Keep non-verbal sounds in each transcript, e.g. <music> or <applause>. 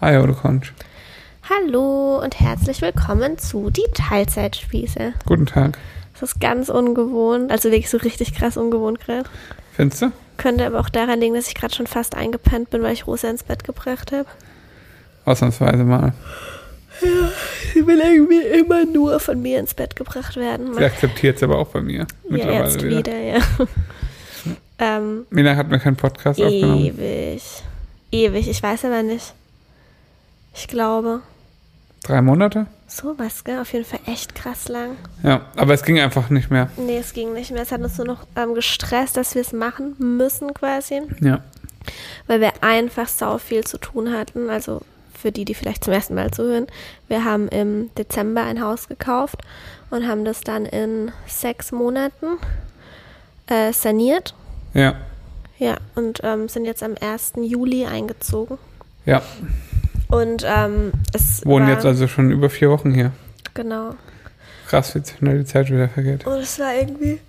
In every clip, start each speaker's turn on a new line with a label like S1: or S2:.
S1: Hi, Odekonsch.
S2: Hallo und herzlich willkommen zu die Teilzeitspieße.
S1: Guten Tag.
S2: Das ist ganz ungewohnt, also wirklich so richtig krass ungewohnt gerade.
S1: Findest du?
S2: Könnte aber auch daran liegen, dass ich gerade schon fast eingepennt bin, weil ich Rosa ins Bett gebracht habe.
S1: Ausnahmsweise mal.
S2: Sie will irgendwie immer nur von mir ins Bett gebracht werden.
S1: Sie akzeptiert es aber auch bei mir.
S2: ja,
S1: Mittlerweile
S2: jetzt
S1: wieder.
S2: wieder, ja.
S1: <laughs>
S2: ähm,
S1: Wie lange hat mir keinen Podcast
S2: Äh.
S1: aufgenommen?
S2: ewig. Ewig, ich weiß aber nicht. Ich glaube.
S1: Drei Monate?
S2: Sowas, gell? Auf jeden Fall echt krass lang.
S1: Ja, aber es ging einfach nicht mehr.
S2: Nee, es ging nicht mehr. Es hat uns nur noch ähm, gestresst, dass wir es machen müssen quasi,
S1: Ja.
S2: weil wir einfach sau viel zu tun hatten. Also für die, die vielleicht zum ersten Mal zuhören, wir haben im Dezember ein Haus gekauft und haben das dann in sechs Monaten äh, saniert.
S1: Ja.
S2: Ja, und ähm, sind jetzt am 1. Juli eingezogen.
S1: Ja.
S2: Und ähm, es
S1: Wohnen
S2: war,
S1: jetzt also schon über vier Wochen hier.
S2: genau.
S1: Krass, wie schnell die Zeit wieder vergeht.
S2: Und es war irgendwie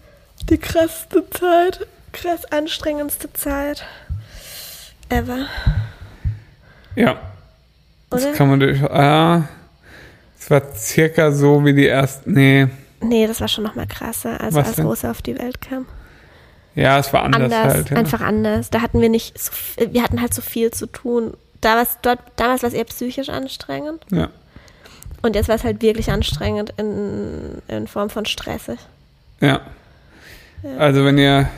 S2: die krasseste Zeit, krass anstrengendste Zeit ever,
S1: Ja.
S2: oder?
S1: Das kann man durch. Ah. Es war circa so wie die ersten. Nee.
S2: nee, das war schon nochmal krasser, also
S1: Was
S2: als
S1: denn?
S2: Rosa auf die Welt kam.
S1: Ja, es war anders,
S2: Anders,
S1: halt. Ja.
S2: einfach anders. Da hatten wir nicht so viel, wir hatten halt so viel zu tun. Da war's, dort, damals war es eher psychisch anstrengend
S1: ja.
S2: und jetzt war es halt wirklich anstrengend in, in Form von stressig.
S1: Ja. Also wenn ihr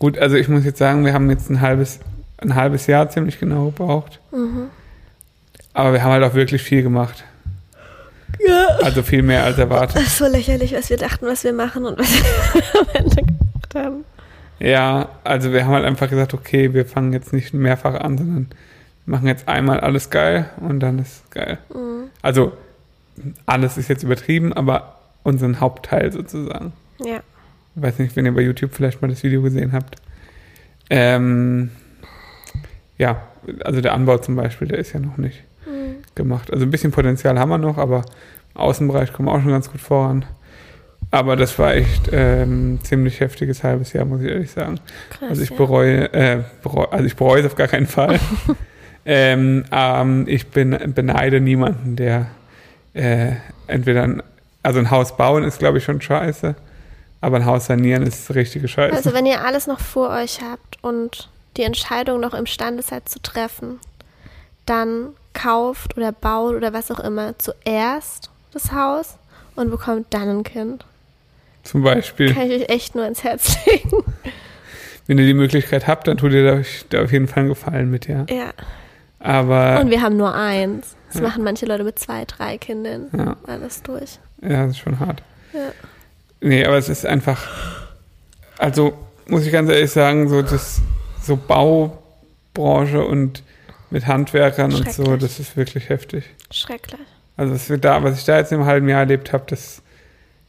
S1: gut, also ich muss jetzt sagen, wir haben jetzt ein halbes ein halbes Jahr ziemlich genau gebraucht. Aber wir haben halt auch wirklich viel gemacht.
S2: Ja.
S1: Also viel mehr als erwartet.
S2: <laughs> Das ist so lächerlich, was wir dachten, was wir machen und was <laughs> wir am Ende gemacht haben.
S1: Ja, also wir haben halt einfach gesagt, okay, wir fangen jetzt nicht mehrfach an, sondern machen jetzt einmal alles geil und dann ist geil. Also alles ist jetzt übertrieben, aber unseren Hauptteil sozusagen.
S2: Ja.
S1: Ich weiß nicht, wenn ihr bei YouTube vielleicht mal das Video gesehen habt. Ähm, ja, also der Anbau zum Beispiel, der ist ja noch nicht gemacht. Also ein bisschen Potenzial haben wir noch, aber im Außenbereich kommen wir auch schon ganz gut voran. Aber das war echt ähm, ziemlich heftiges halbes Jahr, muss ich ehrlich sagen.
S2: Krass,
S1: also ich
S2: ja.
S1: bereue, äh, bereue also ich bereue es auf gar keinen
S2: <laughs>
S1: Fall. ähm, ähm, ich bin, beneide niemanden, der äh, entweder ein, also ein Haus bauen ist, glaube ich, schon scheiße, aber ein Haus sanieren ist richtige Scheiße.
S2: Also wenn ihr alles noch vor euch habt und die Entscheidung noch imstande seid zu treffen, dann kauft oder baut oder was auch immer zuerst das Haus und bekommt dann ein Kind.
S1: Zum Beispiel,
S2: Kann ich euch echt nur ins Herz legen.
S1: wenn ihr die Möglichkeit habt, dann tut ihr euch da auf jeden Fall einen Gefallen mit, ja.
S2: Ja.
S1: Aber
S2: Und wir haben nur eins. Das machen manche Leute mit zwei, drei Kindern.
S1: Ja.
S2: Alles durch.
S1: ja, das ist schon hart.
S2: Ja.
S1: Nee, aber es ist einfach, also muss ich ganz ehrlich sagen, so das, so Baubranche und mit Handwerkern und so,
S2: Schrecklich.
S1: das ist wirklich heftig.
S2: Schrecklich.
S1: Also was, wir da, was ich da jetzt im halben Jahr erlebt habe, das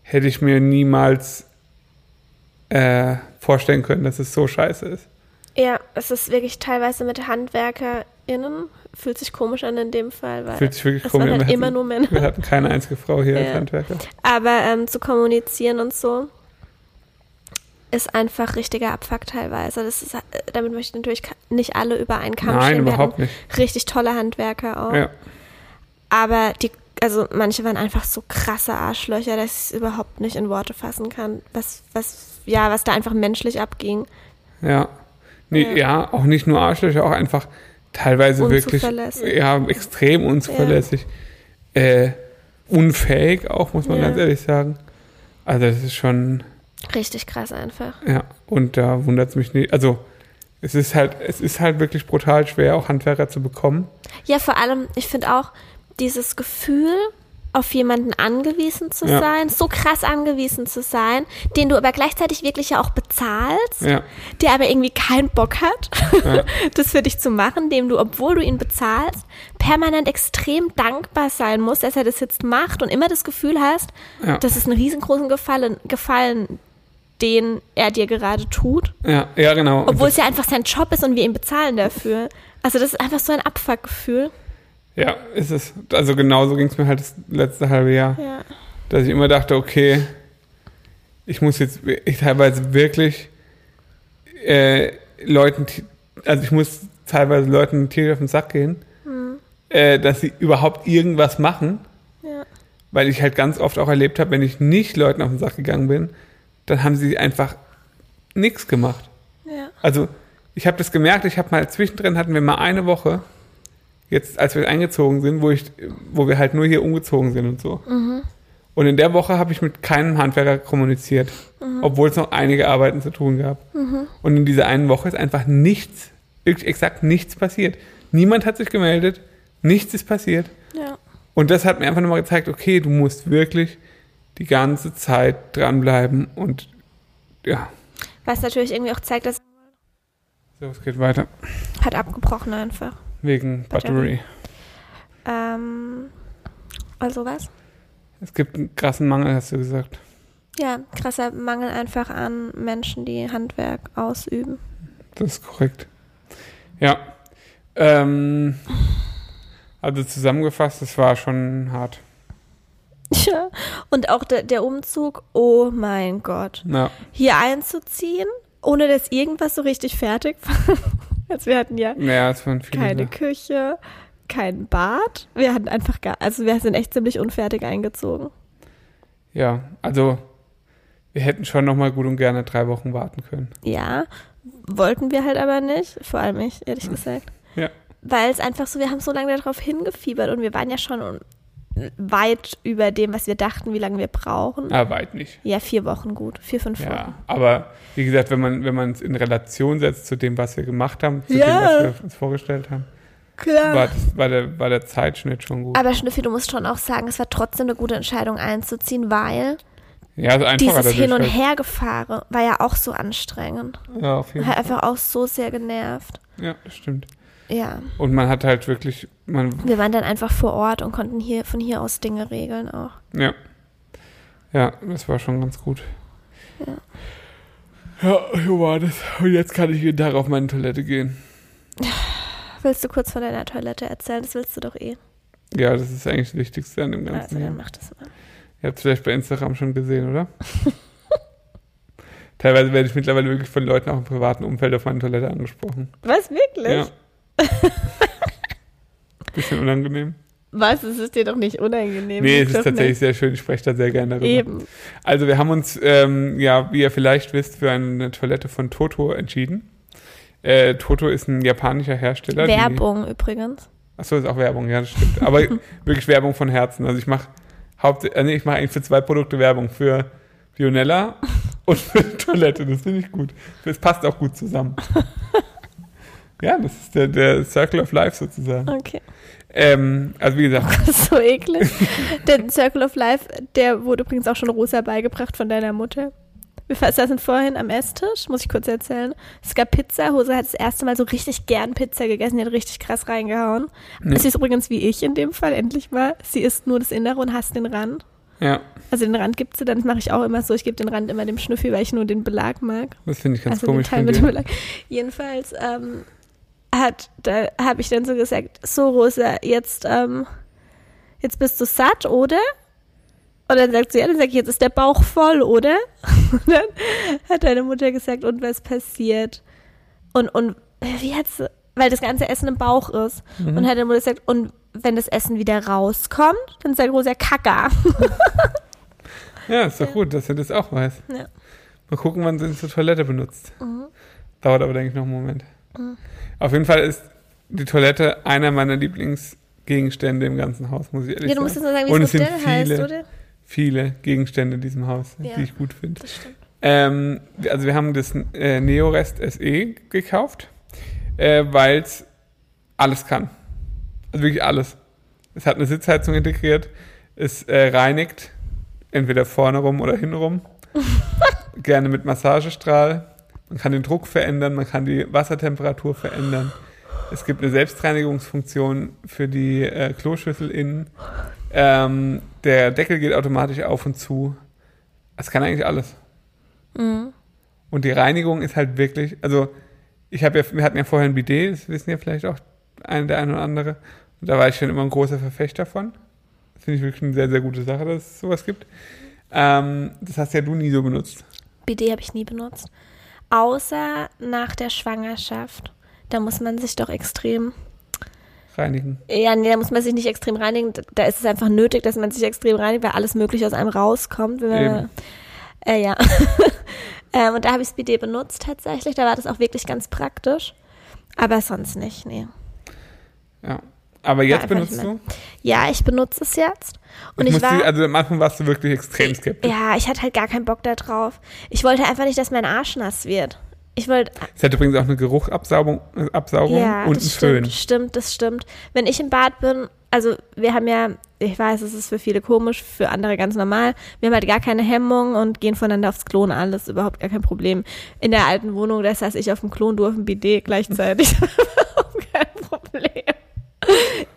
S1: hätte ich mir niemals äh, vorstellen können, dass es so scheiße ist.
S2: Ja, es ist wirklich teilweise mit HandwerkerInnen. Fühlt sich komisch an in dem Fall, weil
S1: Fühlt sich wirklich
S2: es
S1: komisch
S2: waren
S1: an.
S2: halt
S1: Wir
S2: immer
S1: hatten-
S2: nur Männer.
S1: Wir hatten keine einzige Frau hier als
S2: Ja.
S1: Handwerker.
S2: Aber ähm, zu kommunizieren und so ist einfach richtiger Abfuck teilweise. Das ist, äh, damit möchte ich natürlich ka- nicht alle über einen Kamm
S1: Nein,
S2: stehen. Wir
S1: überhaupt
S2: hatten
S1: nicht.
S2: Richtig tolle Handwerker auch.
S1: Ja.
S2: Aber die, also manche waren einfach so krasse Arschlöcher, dass ich es überhaupt nicht in Worte fassen kann. Was, was, ja, was da einfach menschlich abging.
S1: Ja. Nee, ja.
S2: Ja.
S1: auch nicht nur Arschlöcher, auch einfach teilweise wirklich
S2: Unzuverlässig.
S1: ja, extrem unzuverlässig. Äh, unfähig auch, muss man
S2: Ja.
S1: ganz ehrlich sagen. Also das ist schon,
S2: Richtig krass einfach.
S1: ja, und da wundert es mich nicht. Also es ist halt, es ist halt wirklich brutal schwer, auch Handwerker zu bekommen.
S2: Ja, vor allem, ich finde auch dieses Gefühl, auf jemanden angewiesen zu
S1: Ja.
S2: sein, so krass angewiesen zu sein, den du aber gleichzeitig wirklich ja auch bezahlst,
S1: Ja.
S2: der aber irgendwie keinen Bock hat,
S1: <laughs> Ja.
S2: <laughs> das für dich zu machen, dem du, obwohl du ihn bezahlst, permanent extrem dankbar sein musst, dass er das jetzt macht und immer das Gefühl hast,
S1: Ja.
S2: das ist einen riesengroßen Gefallen, Gefallen, den er dir gerade tut,
S1: Ja, ja genau. Und
S2: obwohl es ja einfach sein Job ist und wir ihn bezahlen dafür. Also das ist einfach so ein Abfuckgefühl.
S1: das, ja, ist es. Also genauso ging es mir halt das letzte halbe Jahr.
S2: Ja.
S1: dass ich immer dachte, okay, ich muss jetzt ich teilweise wirklich äh, Leuten, ti- also ich muss teilweise Leuten tierisch auf den Sack gehen, äh, dass sie überhaupt irgendwas machen,
S2: Ja.
S1: weil ich halt ganz oft auch erlebt habe, wenn ich nicht Leuten auf den Sack gegangen bin, dann haben sie einfach nichts gemacht.
S2: Ja.
S1: Also ich habe das gemerkt, ich habe mal zwischendrin hatten wir mal eine Woche, jetzt als wir eingezogen sind, wo ich, wo wir halt nur hier umgezogen sind und so. Und in der Woche habe ich mit keinem Handwerker kommuniziert, obwohl es noch einige Arbeiten zu tun gab. Und in dieser einen Woche ist einfach nichts, wirklich exakt nichts passiert. Niemand hat sich gemeldet, nichts ist passiert.
S2: Ja.
S1: Und das hat mir einfach nochmal gezeigt, okay, du musst wirklich die ganze Zeit dranbleiben und ja,
S2: Was natürlich irgendwie auch zeigt, das
S1: so es geht weiter.
S2: hat abgebrochen einfach.
S1: Wegen Battery.
S2: Batterie. Ähm, also was?
S1: Es gibt einen krassen Mangel, hast du gesagt.
S2: Ja, krasser Mangel einfach an Menschen, die Handwerk ausüben. <laughs>
S1: Das ist korrekt. Ja. Ähm, also zusammengefasst, es war schon hart.
S2: Ja. Und auch der, der Umzug, oh mein Gott.
S1: Ja.
S2: Hier einzuziehen, ohne dass irgendwas so richtig fertig <laughs> war. Also wir hatten ja
S1: Naja, es waren viele.
S2: keine
S1: da.
S2: Küche, kein Bad. Wir hatten einfach gar, also wir sind echt ziemlich unfertig eingezogen.
S1: Ja, also wir hätten schon nochmal gut und gerne drei Wochen warten können.
S2: Ja, wollten wir halt aber nicht. Vor allem ich, ehrlich gesagt.
S1: Hm. Ja.
S2: Weil es einfach so, wir haben so lange darauf hingefiebert und wir waren ja schon weit über dem, was wir dachten, wie lange wir brauchen.
S1: Aber weit nicht.
S2: Ja, vier Wochen gut. Vier, fünf Wochen.
S1: Ah. Ja, aber wie gesagt, wenn man wenn man es in Relation setzt zu dem, was wir gemacht haben, zu
S2: Ja.
S1: dem, was wir uns vorgestellt haben,
S2: Klar.
S1: war, das, war, der, war der Zeitschnitt schon gut.
S2: Aber Schnüffi, du musst schon auch sagen, es war trotzdem eine gute Entscheidung einzuziehen, weil
S1: ja, also einfacher
S2: dieses Hin- und
S1: dadurch
S2: Hergefahre war ja auch so anstrengend.
S1: halt. Ja, auf jeden
S2: Hat
S1: Fall.
S2: einfach auch so sehr genervt.
S1: Ja, das stimmt.
S2: Ja,
S1: Und man hat halt wirklich, man,
S2: wir waren dann einfach vor Ort und konnten hier von hier aus Dinge regeln auch.
S1: ja. Ja, das war schon ganz gut.
S2: Ja.
S1: Ja, so war das. Und jetzt kann ich jeden Tag auf meine Toilette gehen.
S2: Willst du kurz von deiner Toilette erzählen? Das willst du doch eh.
S1: Ja, das ist eigentlich das Wichtigste an dem
S2: Also
S1: Ganzen.
S2: dann
S1: hier.
S2: mach das mal.
S1: Ihr habt es vielleicht bei Instagram schon gesehen, oder? <laughs> Teilweise werde ich mittlerweile wirklich von Leuten auch im privaten Umfeld auf meine Toilette angesprochen.
S2: Was,
S1: Ja.
S2: wirklich?
S1: Bisschen
S2: <laughs>
S1: unangenehm.
S2: Was, es ist dir doch nicht unangenehm?
S1: Nee, es
S2: Ich
S1: ist
S2: glaub
S1: tatsächlich
S2: nicht.
S1: sehr schön. Ich spreche da sehr gerne darüber.
S2: Eben.
S1: Also wir haben uns, ähm, ja, wie ihr vielleicht wisst, für eine Toilette von Toto entschieden. Äh, Toto ist ein japanischer Hersteller. die-
S2: Werbung übrigens.
S1: Achso, ist auch Werbung, ja, das stimmt.
S2: <laughs>
S1: Aber wirklich Werbung von Herzen. Also ich mache Haupt, äh, nee, ich mache eigentlich für zwei Produkte Werbung. Für
S2: <laughs>
S1: Bionella und für die Toilette. Das finde ich gut. Das passt auch gut
S2: <laughs>
S1: zusammen. Ja, das ist der, der Circle of Life sozusagen.
S2: Okay. <laughs>
S1: Ähm, also wie gesagt,
S2: Das ist
S1: <laughs>
S2: so eklig. der Circle of Life, der wurde übrigens auch schon rosa beigebracht von deiner Mutter. Wir saßen vorhin am Esstisch, muss ich kurz erzählen. Es gab Pizza. Hose hat das erste Mal so richtig gern Pizza gegessen. Die hat richtig krass reingehauen.
S1: Ja.
S2: Sie ist übrigens wie ich in dem Fall, endlich mal. Sie isst nur das Innere und hasst den Rand.
S1: ja,
S2: Also den Rand gibt sie dann, das mache ich auch immer so. Ich gebe den Rand immer dem Schnüffi, weil ich nur den Belag mag.
S1: das finde ich ganz
S2: also
S1: komisch
S2: den Teil
S1: von
S2: mit dem
S1: dir.
S2: Belag. Jedenfalls ähm, hat, da habe ich dann so gesagt, so Rosa, jetzt, ähm, jetzt bist du satt, oder? Und dann sagt sie, ja, dann sag ich, jetzt ist der Bauch voll, oder? <laughs> Und dann hat deine Mutter gesagt, und was passiert? Und, und wie hat sie, weil das ganze Essen im Bauch ist.
S1: Mhm.
S2: Und hat deine Mutter gesagt, und wenn das Essen wieder rauskommt, dann sagt Rosa, Kaka.
S1: Ja, ist doch gut, dass er das auch weiß.
S2: Ja. Mhm.
S1: Mal gucken, wann sie ihn zur Toilette benutzt. Dauert aber, denke ich, noch einen Moment. Auf jeden Fall ist die Toilette einer meiner Lieblingsgegenstände im ganzen Haus, muss ich ehrlich
S2: Ja, du
S1: sagen.
S2: musst jetzt noch sagen, wie
S1: Und
S2: das
S1: es sind
S2: Modell heißt,
S1: viele.
S2: oder?
S1: Viele Gegenstände in diesem Haus,
S2: Ja.
S1: die ich gut finde.
S2: Das stimmt.
S1: Ähm, also wir haben das äh, Neorest SE gekauft, äh, weil es alles kann. Also wirklich alles. Es hat eine Sitzheizung integriert, es äh, reinigt, entweder vorne rum oder hinrum. Gerne mit Massagestrahl. Man kann den Druck verändern, man kann die Wassertemperatur verändern. Es gibt eine Selbstreinigungsfunktion für die äh, Kloschüssel innen. Ähm, der Deckel geht automatisch auf und zu. Es kann eigentlich alles. Und die Reinigung ist halt wirklich, also ich habe ja, wir hatten ja vorher ein Bidet, das wissen ja vielleicht auch ein, der eine oder andere. Und da war ich schon immer ein großer Verfechter von. Das finde ich wirklich eine sehr, sehr gute Sache, dass es sowas gibt. Ähm, das hast ja du nie so benutzt.
S2: BD habe ich nie benutzt. Außer nach der Schwangerschaft. Da muss man sich doch extrem
S1: reinigen.
S2: Ja, nee, da muss man sich nicht extrem reinigen. Da ist es einfach nötig, dass man sich extrem reinigt, weil alles Mögliche aus einem rauskommt. Wenn man,
S1: Eben.
S2: äh, ja. <laughs> ähm, und da habe ich Speedy benutzt tatsächlich. Da war das auch wirklich ganz praktisch. Aber sonst nicht, nee.
S1: Ja. Aber jetzt
S2: einfach
S1: benutzt
S2: nicht mehr.
S1: du?
S2: Ja, ich benutze es jetzt. Und ich,
S1: musste,
S2: war.
S1: also am Anfang warst du wirklich extrem skeptisch.
S2: ja, ich hatte halt gar keinen Bock da drauf. Ich wollte einfach nicht, dass mein Arsch nass wird. Ich wollte
S1: Es hat übrigens auch eine Geruchabsaugung äh, Absaugung
S2: Ja,
S1: und einen
S2: das
S1: Föhn.
S2: stimmt, stimmt, das stimmt. Wenn ich im Bad bin, also wir haben ja, ich weiß, es ist für viele komisch, für andere ganz normal. Wir haben halt gar keine Hemmung und gehen voneinander aufs Klon, alles überhaupt gar kein Problem. In der alten Wohnung, das heißt, ich auf dem Klon, du auf dem Bidet gleichzeitig. <laughs> Überhaupt kein Problem.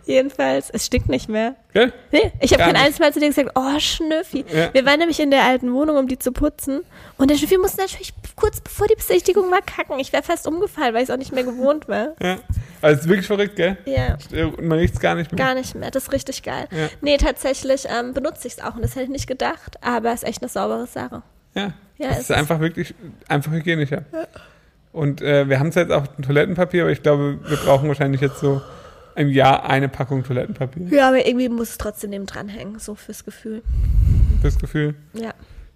S2: Jedenfalls, es stinkt nicht mehr.
S1: Gell?
S2: Nee, ich habe
S1: Gar
S2: kein
S1: nicht.
S2: einziges Mal zu dir gesagt, oh Schnüffi.
S1: Ja.
S2: Wir waren nämlich in der alten Wohnung, um die zu putzen. Und der Schnüffi musste natürlich kurz bevor die Besichtigung war kacken. Ich wäre fast umgefallen, weil ich es auch nicht mehr gewohnt war.
S1: Ja. Also es ist wirklich verrückt, gell? Äh,
S2: Ja,
S1: Und man riecht es gar nicht mehr.
S2: gar nicht mehr. Das ist richtig geil.
S1: Ja.
S2: Nee, tatsächlich ähm, benutze ich es auch und das hätte ich nicht gedacht, aber es ist echt eine saubere Sache.
S1: Ja.
S2: Ja,
S1: es
S2: es
S1: ist
S2: ist-
S1: einfach wirklich einfach hygienischer. Und äh, wir haben zwar jetzt auch Toilettenpapier, aber ich glaube, wir brauchen wahrscheinlich jetzt so im Jahr eine Packung Toilettenpapier.
S2: Ja, aber irgendwie muss es trotzdem neben dranhängen, so fürs Gefühl.
S1: Fürs Gefühl.
S2: Ja.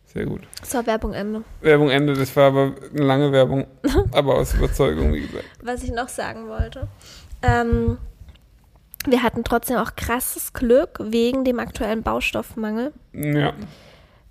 S1: Sehr gut.
S2: So, Werbung Ende.
S1: Werbung Ende, das war aber eine lange
S2: <laughs>
S1: Werbung, aber aus Überzeugung, wie gesagt.
S2: Was ich noch sagen wollte. Ähm, wir hatten trotzdem auch krasses Glück wegen dem aktuellen Baustoffmangel.
S1: Ja.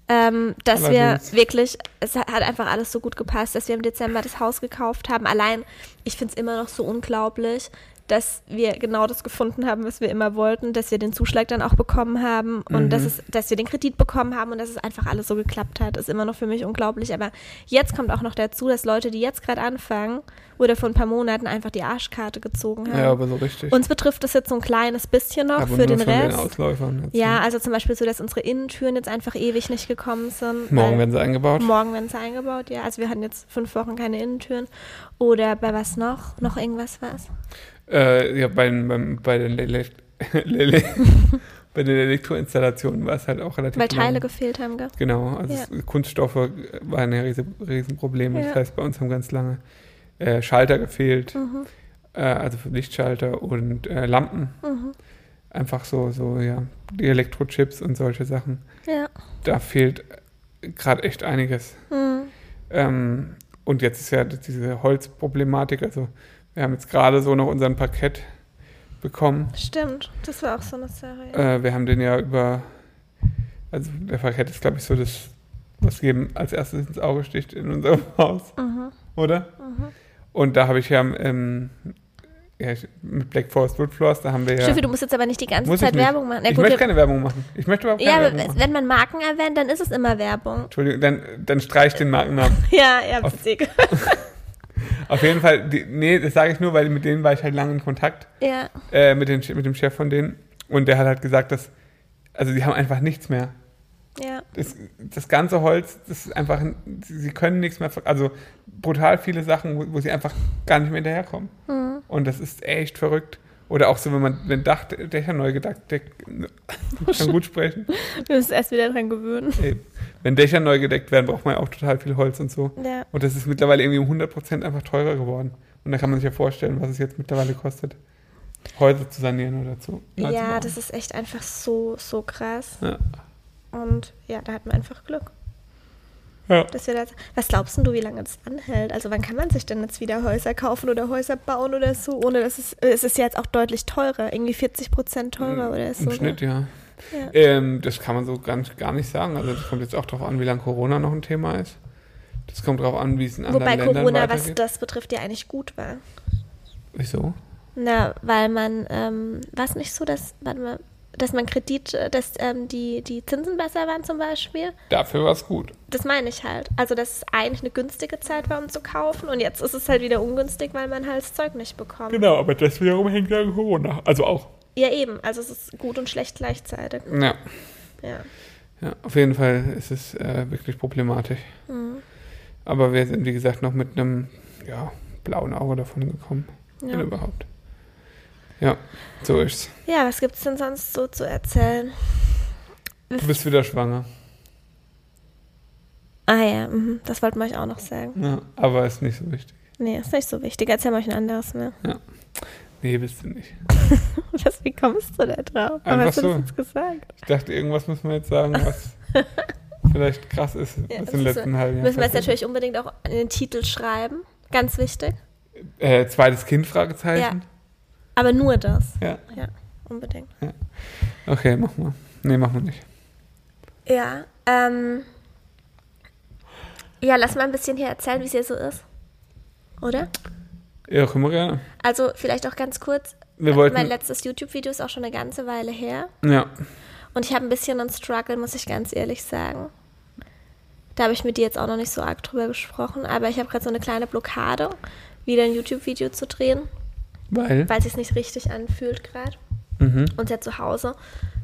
S2: Ähm, dass
S1: Allerdings.
S2: wir wirklich, es hat einfach alles so gut gepasst, dass wir im Dezember das Haus gekauft haben. Allein, ich finde es immer noch so unglaublich, dass wir genau das gefunden haben, was wir immer wollten, dass wir den Zuschlag dann auch bekommen haben und
S1: Mhm.
S2: dass, es, dass wir den Kredit bekommen haben und dass es einfach alles so geklappt hat, ist immer noch für mich unglaublich. Aber jetzt kommt auch noch dazu, dass Leute, die jetzt gerade anfangen oder vor ein paar Monaten einfach die Arschkarte gezogen haben.
S1: Ja, aber so richtig.
S2: Uns betrifft das jetzt so ein kleines bisschen noch
S1: aber
S2: für
S1: nur
S2: den
S1: von den
S2: Rest.
S1: Ausläufern. Jetzt. ne?
S2: Ja, also zum Beispiel so, dass unsere Innentüren jetzt einfach ewig nicht gekommen sind.
S1: Morgen
S2: weil-
S1: werden sie eingebaut.
S2: Morgen werden sie eingebaut, ja. Also wir hatten jetzt fünf Wochen keine Innentüren. Oder bei was noch? Noch irgendwas was?
S1: Äh, ja, bei, den- beim, bei den Lele <laughs> Lele
S2: <laughs>
S1: bei den Elektroinstallationen war es halt auch relativ
S2: Weil Teile
S1: lang.
S2: gefehlt haben, gell?
S1: Genau, also
S2: Ja.
S1: es- Kunststoffe waren ja riesen, Riesenprobleme.
S2: Ja.
S1: Das heißt, bei uns haben ganz lange äh, Schalter gefehlt,
S2: Mhm.
S1: äh, also für Lichtschalter und äh, Lampen.
S2: Mhm.
S1: Einfach so, so, ja, die Elektrochips und solche Sachen.
S2: Ja.
S1: Da fehlt gerade echt einiges.
S2: Mhm.
S1: Ähm, und jetzt ist ja diese Holzproblematik, also wir haben jetzt gerade so noch unseren Parkett bekommen.
S2: Stimmt. Das war auch so eine Serie.
S1: Äh, wir haben den ja über, also der Parkett ist, glaube ich, so das, was jedem als erstes ins Auge sticht in unserem <laughs> Haus,
S2: Mhm.
S1: oder?
S2: Mhm.
S1: Und da habe ich ja, ähm, ja ich, mit Black Forest Wood Floors, da haben wir ja.
S2: Steffi, du musst jetzt aber nicht die ganze
S1: Muss ich
S2: Zeit
S1: nicht.
S2: Werbung machen. Ja,
S1: ich
S2: gut,
S1: möchte
S2: wir-
S1: keine Werbung machen. Ich möchte überhaupt keine
S2: ja,
S1: Werbung
S2: aber
S1: machen.
S2: wenn man Marken erwähnt, dann ist es immer Werbung. <laughs>
S1: Entschuldigung, dann, dann streich den Markennamen.
S2: Ja, ja,
S1: Auf-
S2: witzig.
S1: Auf jeden Fall, die, nee, das sage ich nur, weil mit denen war ich halt lange in Kontakt,
S2: Ja.
S1: äh, mit, den, mit dem Chef von denen. Und der hat halt gesagt, dass, also die haben einfach nichts mehr.
S2: Ja.
S1: das, das ganze Holz, das ist einfach, sie sie können nichts mehr, ver- also brutal viele Sachen, wo, wo sie einfach gar nicht mehr hinterherkommen.
S2: Mhm.
S1: Und das ist echt verrückt. Oder auch so, wenn man, wenn Dachdächer neu gedeckt, deck, ich kann gut sprechen,
S2: Wir müssen erst wieder dran gewöhnen.
S1: Ey, wenn Dächer neu gedeckt werden, braucht man ja auch total viel Holz und so.
S2: Ja.
S1: Und das ist mittlerweile irgendwie um 100% einfach teurer geworden. Und da kann man sich ja vorstellen, was es jetzt mittlerweile kostet, Häuser zu sanieren oder zu. neu zu
S2: Ja,
S1: bauen.
S2: das ist echt einfach so, so krass.
S1: Ja.
S2: Und ja, da hat man einfach Glück.
S1: Ja.
S2: Dass wir das, was glaubst denn du, wie lange das anhält? Also wann kann man sich denn jetzt wieder Häuser kaufen oder Häuser bauen oder so? Ohne dass es, es ist ja jetzt auch deutlich teurer, irgendwie 40 Prozent teurer oder so.
S1: Mhm,
S2: ne?
S1: Im Schnitt, ja.
S2: Ja.
S1: Ähm, das kann man so ganz gar nicht sagen. Also das kommt jetzt auch darauf an, wie lange Corona noch ein Thema ist. Das kommt darauf an, wie es in anderen
S2: Wobei
S1: Ländern
S2: Corona, was
S1: weitergeht.
S2: das betrifft, ja eigentlich gut war.
S1: Wieso?
S2: Na, weil man, ähm, war es nicht so, dass, warte mal, dass man Kredit, äh, dass ähm, die, die Zinsen besser waren zum Beispiel?
S1: Dafür war es gut.
S2: Das meine ich halt. Also, dass es eigentlich eine günstige Zeit war, um zu kaufen und jetzt ist es halt wieder ungünstig, weil man halt das Zeug nicht bekommt.
S1: Genau, aber das wiederum hängt ja an Corona. Also auch.
S2: Ja, eben. Also, es ist gut und schlecht gleichzeitig.
S1: Ja,
S2: Ja.
S1: ja auf jeden Fall ist es äh, wirklich problematisch.
S2: Mhm.
S1: Aber wir sind, wie gesagt, noch mit einem ja, blauen Auge davon gekommen. Wenn
S2: Ja.
S1: überhaupt. Ja, so ist's.
S2: ja, was gibt's denn sonst so zu erzählen?
S1: Du bist wieder schwanger.
S2: Ah ja, mhm. das wollten wir euch auch noch sagen.
S1: Ja, aber ist nicht so wichtig.
S2: Nee, ist nicht so wichtig. Erzähl mal euch ein anderes mehr.
S1: Nee, bist du nicht.
S2: ne? <laughs> Was, wie kommst du da drauf?
S1: Einfach
S2: Warum hast du
S1: so.
S2: das jetzt gesagt?
S1: Ich dachte, irgendwas müssen wir jetzt sagen,
S2: <laughs>
S1: was vielleicht krass ist,
S2: Ja,
S1: was
S2: das
S1: in den
S2: ist so.
S1: letzten halben Jahren.
S2: Müssen wir
S1: passiert
S2: jetzt natürlich unbedingt auch in den Titel schreiben. Ganz wichtig.
S1: ist. Äh, zweites Kind? Fragezeichen.
S2: Aber nur das.
S1: Ja.
S2: Ja, unbedingt.
S1: Okay, machen wir. Nee, machen wir nicht.
S2: Ja, ähm. Ja, lass mal ein bisschen hier erzählen, wie es hier so ist. Oder?
S1: Ja, können wir gerne.
S2: Also, vielleicht auch ganz kurz.
S1: Wir wollten-
S2: mein letztes YouTube-Video ist auch schon eine ganze Weile her.
S1: Ja.
S2: Und ich habe ein bisschen einen Struggle, muss ich ganz ehrlich sagen. Da habe ich mit dir jetzt auch noch nicht so arg drüber gesprochen, aber ich habe gerade so eine kleine Blockade, wieder ein YouTube-Video zu drehen,
S1: Weil.
S2: weil es sich nicht richtig anfühlt gerade.
S1: Mhm.
S2: Uns ja zu Hause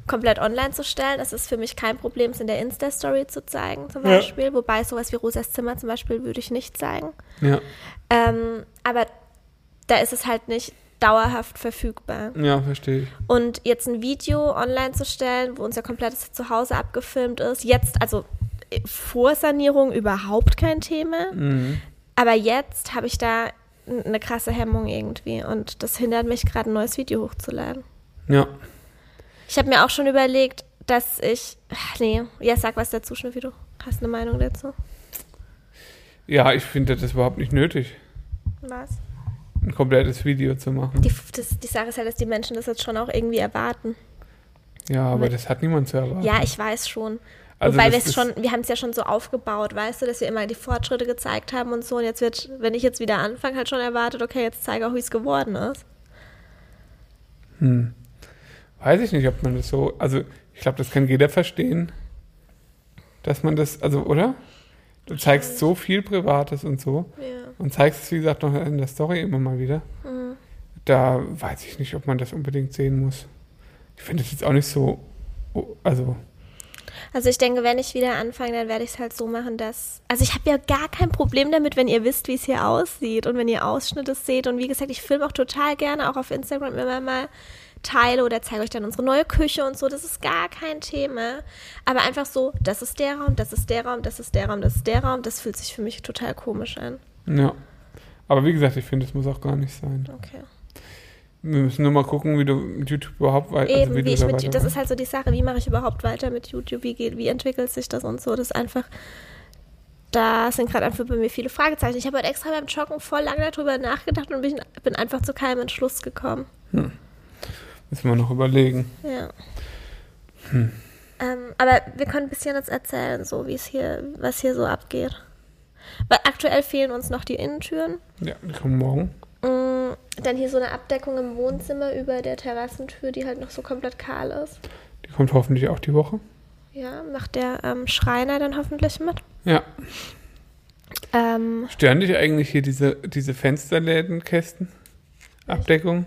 S2: komplett online zu stellen. Es ist für mich kein Problem, es in der Insta-Story zu zeigen, zum
S1: Ja.
S2: Beispiel. Wobei sowas wie Rosas Zimmer zum Beispiel würde ich nicht zeigen.
S1: Ja.
S2: Ähm, aber da ist es halt nicht dauerhaft verfügbar.
S1: Ja, verstehe ich.
S2: Und jetzt ein Video online zu stellen, wo unser komplettes Zuhause abgefilmt ist, jetzt, also äh, vor Sanierung überhaupt kein Thema,
S1: Mhm.
S2: aber jetzt habe ich da n- eine krasse Hemmung irgendwie und das hindert mich gerade, ein neues Video hochzuladen.
S1: Ja.
S2: Ich habe mir auch schon überlegt, dass ich, ach, nee, ja, sag was dazu, Schnüffi, du hast eine Meinung dazu.
S1: Ja, ich finde das ist überhaupt nicht nötig,
S2: Was?
S1: ein komplettes Video zu machen.
S2: Die, F- das, die Sache ist halt, dass die Menschen das jetzt schon auch irgendwie erwarten.
S1: Ja, aber das hat niemand zu erwarten.
S2: Ja, ich weiß schon.
S1: Also
S2: Wobei
S1: das
S2: wir es
S1: ist-
S2: schon, wir haben es ja schon so aufgebaut, weißt du, dass wir immer die Fortschritte gezeigt haben und so. Und jetzt wird, wenn ich jetzt wieder anfange, halt schon erwartet, okay, jetzt zeige auch, wie es geworden ist.
S1: Hm. Weiß ich nicht, ob man das so. Also, ich glaube, das kann jeder verstehen, dass man das. Also, oder? Du zeigst so viel Privates und so
S2: Ja.
S1: und zeigst es, wie gesagt, noch in der Story immer mal wieder.
S2: Mhm.
S1: Da weiß ich nicht, ob man das unbedingt sehen muss. Ich finde es jetzt auch nicht so. oh, Also,
S2: Also ich denke, wenn ich wieder anfange, dann werde ich es halt so machen, dass. Also ich habe ja gar kein Problem damit, wenn ihr wisst, wie es hier aussieht und wenn ihr Ausschnitte seht. Und wie gesagt, ich filme auch total gerne, auch auf Instagram immer mal Teile oder zeige euch dann unsere neue Küche und so. Das ist gar kein Thema. Aber einfach so, das ist der Raum, das ist der Raum, das ist der Raum, das ist der Raum. Das fühlt sich für mich total komisch an.
S1: ja. Aber wie gesagt, ich finde, es muss auch gar nicht sein.
S2: Okay.
S1: Wir müssen nur mal gucken, wie du mit YouTube überhaupt weiter.
S2: Eben,
S1: also,
S2: wie ich
S1: da
S2: mit, das
S1: weitermachst.
S2: ist halt so die Sache, wie mache ich überhaupt weiter mit YouTube, wie, geht, wie entwickelt sich das und so, das ist einfach, da sind gerade einfach bei mir viele Fragezeichen. Ich habe heute extra beim Joggen voll lange darüber nachgedacht und bin, bin einfach zu keinem Entschluss gekommen.
S1: Müssen wir noch überlegen.
S2: Ja. Ähm, aber wir können ein bisschen jetzt erzählen, so wie es hier, was hier so abgeht. Weil aktuell fehlen uns noch die Innentüren.
S1: Ja, die kommen morgen.
S2: Mm, Dann hier so eine Abdeckung im Wohnzimmer über der Terrassentür, die halt noch so komplett kahl ist.
S1: Die kommt hoffentlich auch die Woche.
S2: Ja, macht der ähm, Schreiner dann hoffentlich mit.
S1: Ja.
S2: Ähm,
S1: Stören dich eigentlich hier diese, diese Fensterlädenkästen? Abdeckung?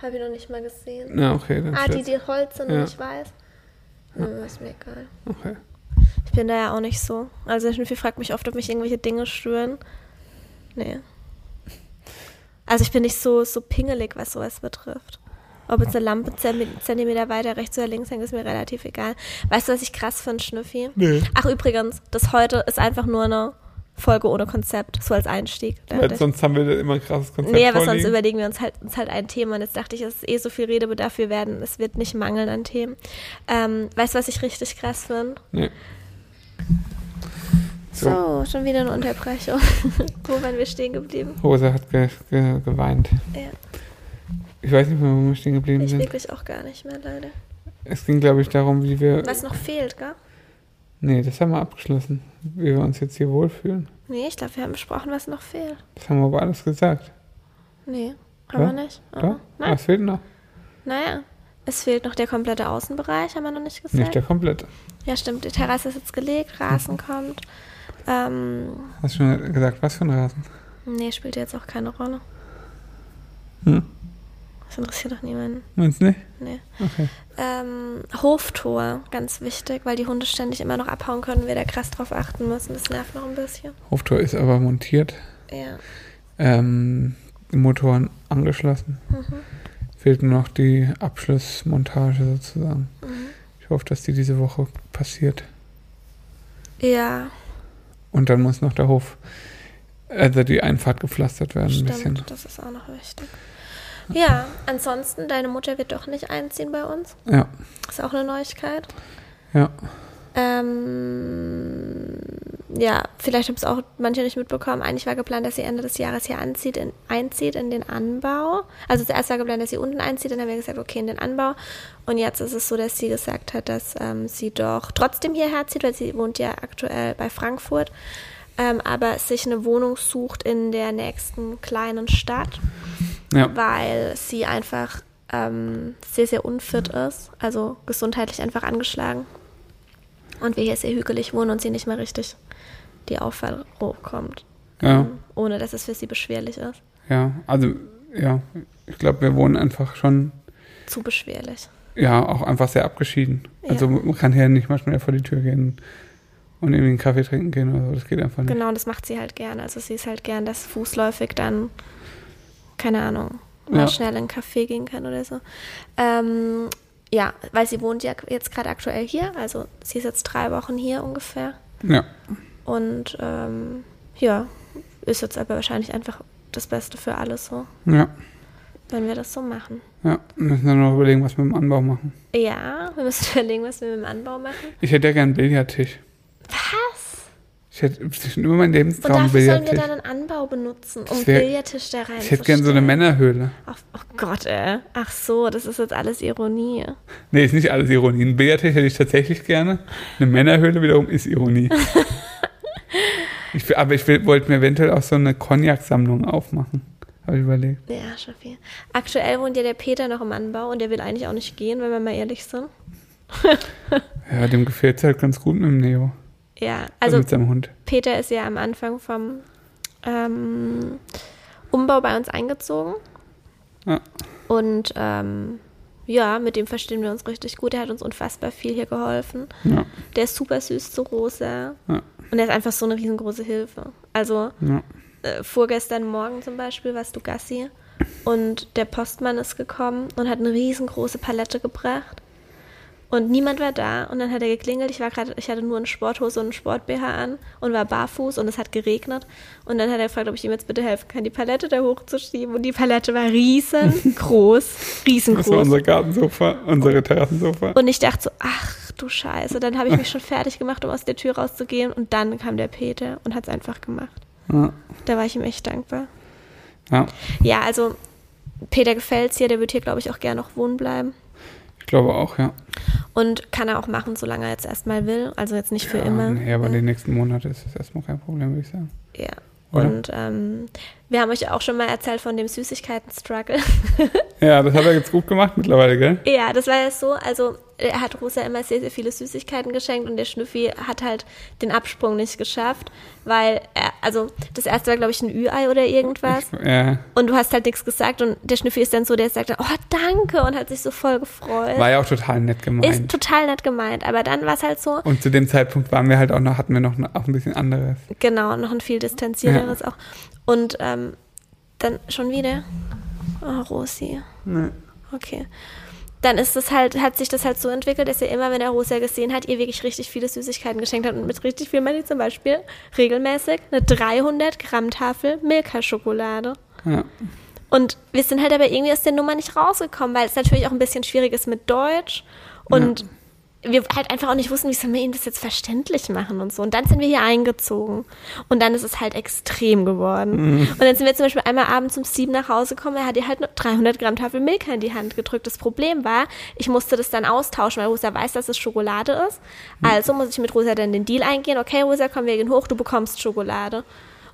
S2: habe ich noch nicht mal gesehen.
S1: Na, okay, dann
S2: Ah, die,
S1: stört's.
S2: die Holz sind
S1: Ja.
S2: und ich weiß. Nö, ist mir egal.
S1: Okay.
S2: Ich bin da ja auch nicht so. Also der Schnüffel fragt mich oft, ob mich irgendwelche Dinge stören. Nee. Also ich bin nicht so, so pingelig, was sowas betrifft. Ob jetzt eine Lampe Zentimeter Zentimeter weiter rechts oder links hängt, ist mir relativ egal. Weißt du, was ich krass finde, Schnüffi?
S1: Nee.
S2: Ach übrigens, das heute ist einfach nur eine Folge ohne Konzept, so als Einstieg. Da hatte
S1: Weil
S2: ich-
S1: sonst haben wir da immer ein krasses Konzept
S2: Nee, aber
S1: vorliegen.
S2: sonst überlegen wir uns halt, uns halt ein Thema. Und jetzt dachte ich, es ist eh so viel Redebedarf, wir werden, es wird nicht mangeln an Themen. Ähm, weißt du, was ich richtig krass finde?
S1: nee. So,
S2: So, schon wieder eine Unterbrechung. <laughs> wo waren wir stehen geblieben?
S1: Hose hat ge ge geweint.
S2: Ja,
S1: Ich weiß nicht mehr, wo wir stehen geblieben
S2: ich
S1: sind.
S2: wirklich auch gar nicht mehr, leider.
S1: Es ging, glaube ich, darum, wie wir...
S2: Was noch fehlt, gell?
S1: Nee, das haben wir abgeschlossen. Wie wir uns jetzt hier wohlfühlen.
S2: Nee, ich glaube, wir haben besprochen, was noch fehlt.
S1: Das haben wir aber alles gesagt.
S2: Nee, haben
S1: Ja? Ah.
S2: wir nicht. Oh,
S1: Oder?
S2: Nein,
S1: Was fehlt noch?
S2: naja. Es fehlt noch der komplette Außenbereich, haben wir noch nicht gesagt.
S1: Nicht der Mhm. komplette.
S2: ja, stimmt, die Terrasse ist jetzt gelegt, Rasen kommt. Ähm,
S1: Hast du schon gesagt, was für ein Rasen?
S2: nee, spielt jetzt auch keine Rolle.
S1: Hm?
S2: Das interessiert doch niemanden.
S1: Meinst du nicht?
S2: Nee.
S1: Okay.
S2: Ähm, Hoftor, ganz wichtig, weil die Hunde ständig immer noch abhauen können, wir da krass drauf achten müssen. Das nervt noch ein bisschen.
S1: Hoftor ist aber montiert.
S2: Ja.
S1: ähm, Motoren angeschlossen.
S2: Mhm.
S1: Fehlt nur noch die Abschlussmontage sozusagen.
S2: mhm.
S1: Ich hoffe, dass die diese Woche passiert.
S2: Ja,
S1: Und dann muss noch der Hof, also die Einfahrt gepflastert werden ein
S2: stimmt.
S1: bisschen.
S2: Das ist auch noch wichtig. Ja, ansonsten, deine Mutter wird doch nicht einziehen bei uns.
S1: Ja,
S2: Ist auch eine Neuigkeit.
S1: ja.
S2: Ähm, ja, vielleicht haben es auch manche nicht mitbekommen. Eigentlich war geplant, dass sie Ende des Jahres hier anzieht in, einzieht in den Anbau. Also zuerst war geplant, dass sie unten einzieht, dann haben wir gesagt, okay, in den Anbau. Und jetzt ist es so, dass sie gesagt hat, dass ähm, sie doch trotzdem hierher zieht, weil sie wohnt ja aktuell bei Frankfurt, ähm, aber sich eine Wohnung sucht in der nächsten kleinen Stadt
S1: Ja,
S2: weil sie einfach ähm, sehr, sehr unfit ist, also gesundheitlich einfach angeschlagen. Und wir hier sehr hügelig wohnen und sie nicht mehr richtig die Auffall hochkommt.
S1: ja,
S2: Ähm, ohne dass es für sie beschwerlich ist.
S1: ja. Also, ja, ich glaube, wir wohnen einfach schon,
S2: Zu beschwerlich.
S1: ja, auch einfach sehr abgeschieden. Also man kann hier nicht mal schnell vor die Tür gehen und irgendwie einen Kaffee trinken gehen oder so. Das geht einfach nicht.
S2: Genau, und das macht sie halt gern. Also sie ist halt gern, dass fußläufig dann, keine Ahnung, mal
S1: Ja.
S2: schnell in einen Café gehen kann oder so. Ähm, ja, weil sie wohnt ja jetzt gerade aktuell hier. Also sie ist jetzt drei Wochen hier ungefähr.
S1: Ja,
S2: Und ähm, ja, ist jetzt aber wahrscheinlich einfach das Beste für alles so,
S1: ja,
S2: wenn wir das so machen.
S1: ja. Wir müssen dann noch überlegen, was wir mit dem Anbau machen.
S2: Ja, wir müssen <laughs> überlegen, was wir mit dem Anbau machen.
S1: Ich hätte ja gern einen Billardtisch.
S2: Was?
S1: Ich hätte schon immer meinen
S2: Und
S1: Lebenstraum einen
S2: dafür sollen wir
S1: Billardtisch.
S2: dann einen Anbau benutzen, um
S1: Das wär-
S2: Billardtisch da rein
S1: Ich hätte gern so eine Männerhöhle.
S2: Oh, oh Gott, ey. Ach so, das ist jetzt alles Ironie.
S1: Nee, ist nicht alles Ironie. Ein Billardtisch hätte ich tatsächlich gerne. Eine Männerhöhle wiederum ist
S2: <laughs>
S1: Ironie. ich, will- aber ich will- wollte mir eventuell auch so eine Cognac-Sammlung aufmachen. Habe ich überlegt.
S2: Ja, schon viel. Aktuell wohnt ja der Peter noch im Anbau und der will eigentlich auch nicht gehen, wenn wir mal ehrlich sind.
S1: Ja, dem gefällt es halt ganz gut mit dem Neo.
S2: Ja,
S1: Also
S2: also
S1: mit seinem Hund.
S2: Peter ist ja am Anfang vom ähm, Umbau bei uns eingezogen.
S1: Ja.
S2: Und ähm, ja, mit dem verstehen wir uns richtig gut. Er hat uns unfassbar viel hier geholfen.
S1: Ja,
S2: Der ist super süß zu Rosa.
S1: Ja.
S2: Und er ist einfach so eine riesengroße Hilfe. Also
S1: ja,
S2: äh, vorgestern Morgen zum Beispiel warst du Gassi und der Postmann ist gekommen und hat eine riesengroße Palette gebracht. Und niemand war da und dann hat er geklingelt. Ich war gerade, ich hatte nur eine Sporthose und einen Sport BH an und war barfuß und es hat geregnet. Und dann hat er gefragt, ob ich ihm jetzt bitte helfen kann, die Palette da hochzuschieben. Und die Palette war
S1: <laughs>
S2: riesengroß,
S1: das war
S2: riesengroß.
S1: unser Gartensofa, unsere Terrassensofa.
S2: Und ich dachte so, ach du Scheiße. Dann habe ich mich schon fertig gemacht, um aus der Tür rauszugehen. Und dann kam der Peter und hat es einfach gemacht.
S1: Ja,
S2: Da war ich ihm echt dankbar.
S1: ja.
S2: Ja, also Peter gefällt's hier, der wird hier, glaube ich, auch gerne noch wohnen bleiben.
S1: ich glaube auch, ja.
S2: Und kann er auch machen, solange er jetzt erstmal will. Also jetzt nicht für
S1: ja,
S2: immer.
S1: Nee, aber
S2: ja.
S1: die nächsten Monate ist das erstmal kein Problem, würde ich sagen.
S2: ja.
S1: Oder?
S2: Und ähm, wir haben euch auch schon mal erzählt von dem Süßigkeiten-Struggle. <laughs>
S1: Ja, das hat er jetzt gut gemacht mittlerweile, gell?
S2: ja, das war ja so. Also er hat Rosa immer sehr, sehr viele Süßigkeiten geschenkt und der Schnüffi hat halt den Absprung nicht geschafft, weil er, also das erste war, glaube ich, ein Ü-Ei oder irgendwas.
S1: Ich, ja.
S2: Und du hast halt nichts gesagt und der Schnüffi ist dann so, der sagt dann, oh, danke und hat sich so voll gefreut.
S1: War ja auch total nett gemeint.
S2: Äh, Ist total nett gemeint, aber dann war es halt so,
S1: Und zu dem Zeitpunkt waren wir halt auch noch, hatten wir noch auch ein bisschen anderes.
S2: genau, noch ein viel distanzierteres auch. Und ähm, dann schon wieder. Oh, Rosi. Okay. Dann ist es halt, hat sich das halt so entwickelt, dass er immer, wenn er Rosa gesehen hat, ihr wirklich richtig viele Süßigkeiten geschenkt hat. Und mit richtig viel meine ich zum Beispiel regelmäßig eine 300 Gramm Tafel Milka-Schokolade.
S1: Ja.
S2: Und wir sind halt aber irgendwie aus der Nummer nicht rausgekommen, weil es natürlich auch ein bisschen schwierig ist mit Deutsch und wir halt einfach auch nicht wussten, wie sollen wir ihnen das jetzt verständlich machen und so. Und dann sind wir hier eingezogen und dann ist es halt extrem geworden. Und dann sind wir zum Beispiel einmal abends um sieben nach Hause gekommen, er hat ihr halt eine 300 Gramm Tafel Milka in die Hand gedrückt. Das Problem war, ich musste das dann austauschen, weil Rosa weiß, dass es Schokolade ist. Also muss ich mit Rosa dann den Deal eingehen, okay Rosa, komm, wir gehen hoch, du bekommst Schokolade.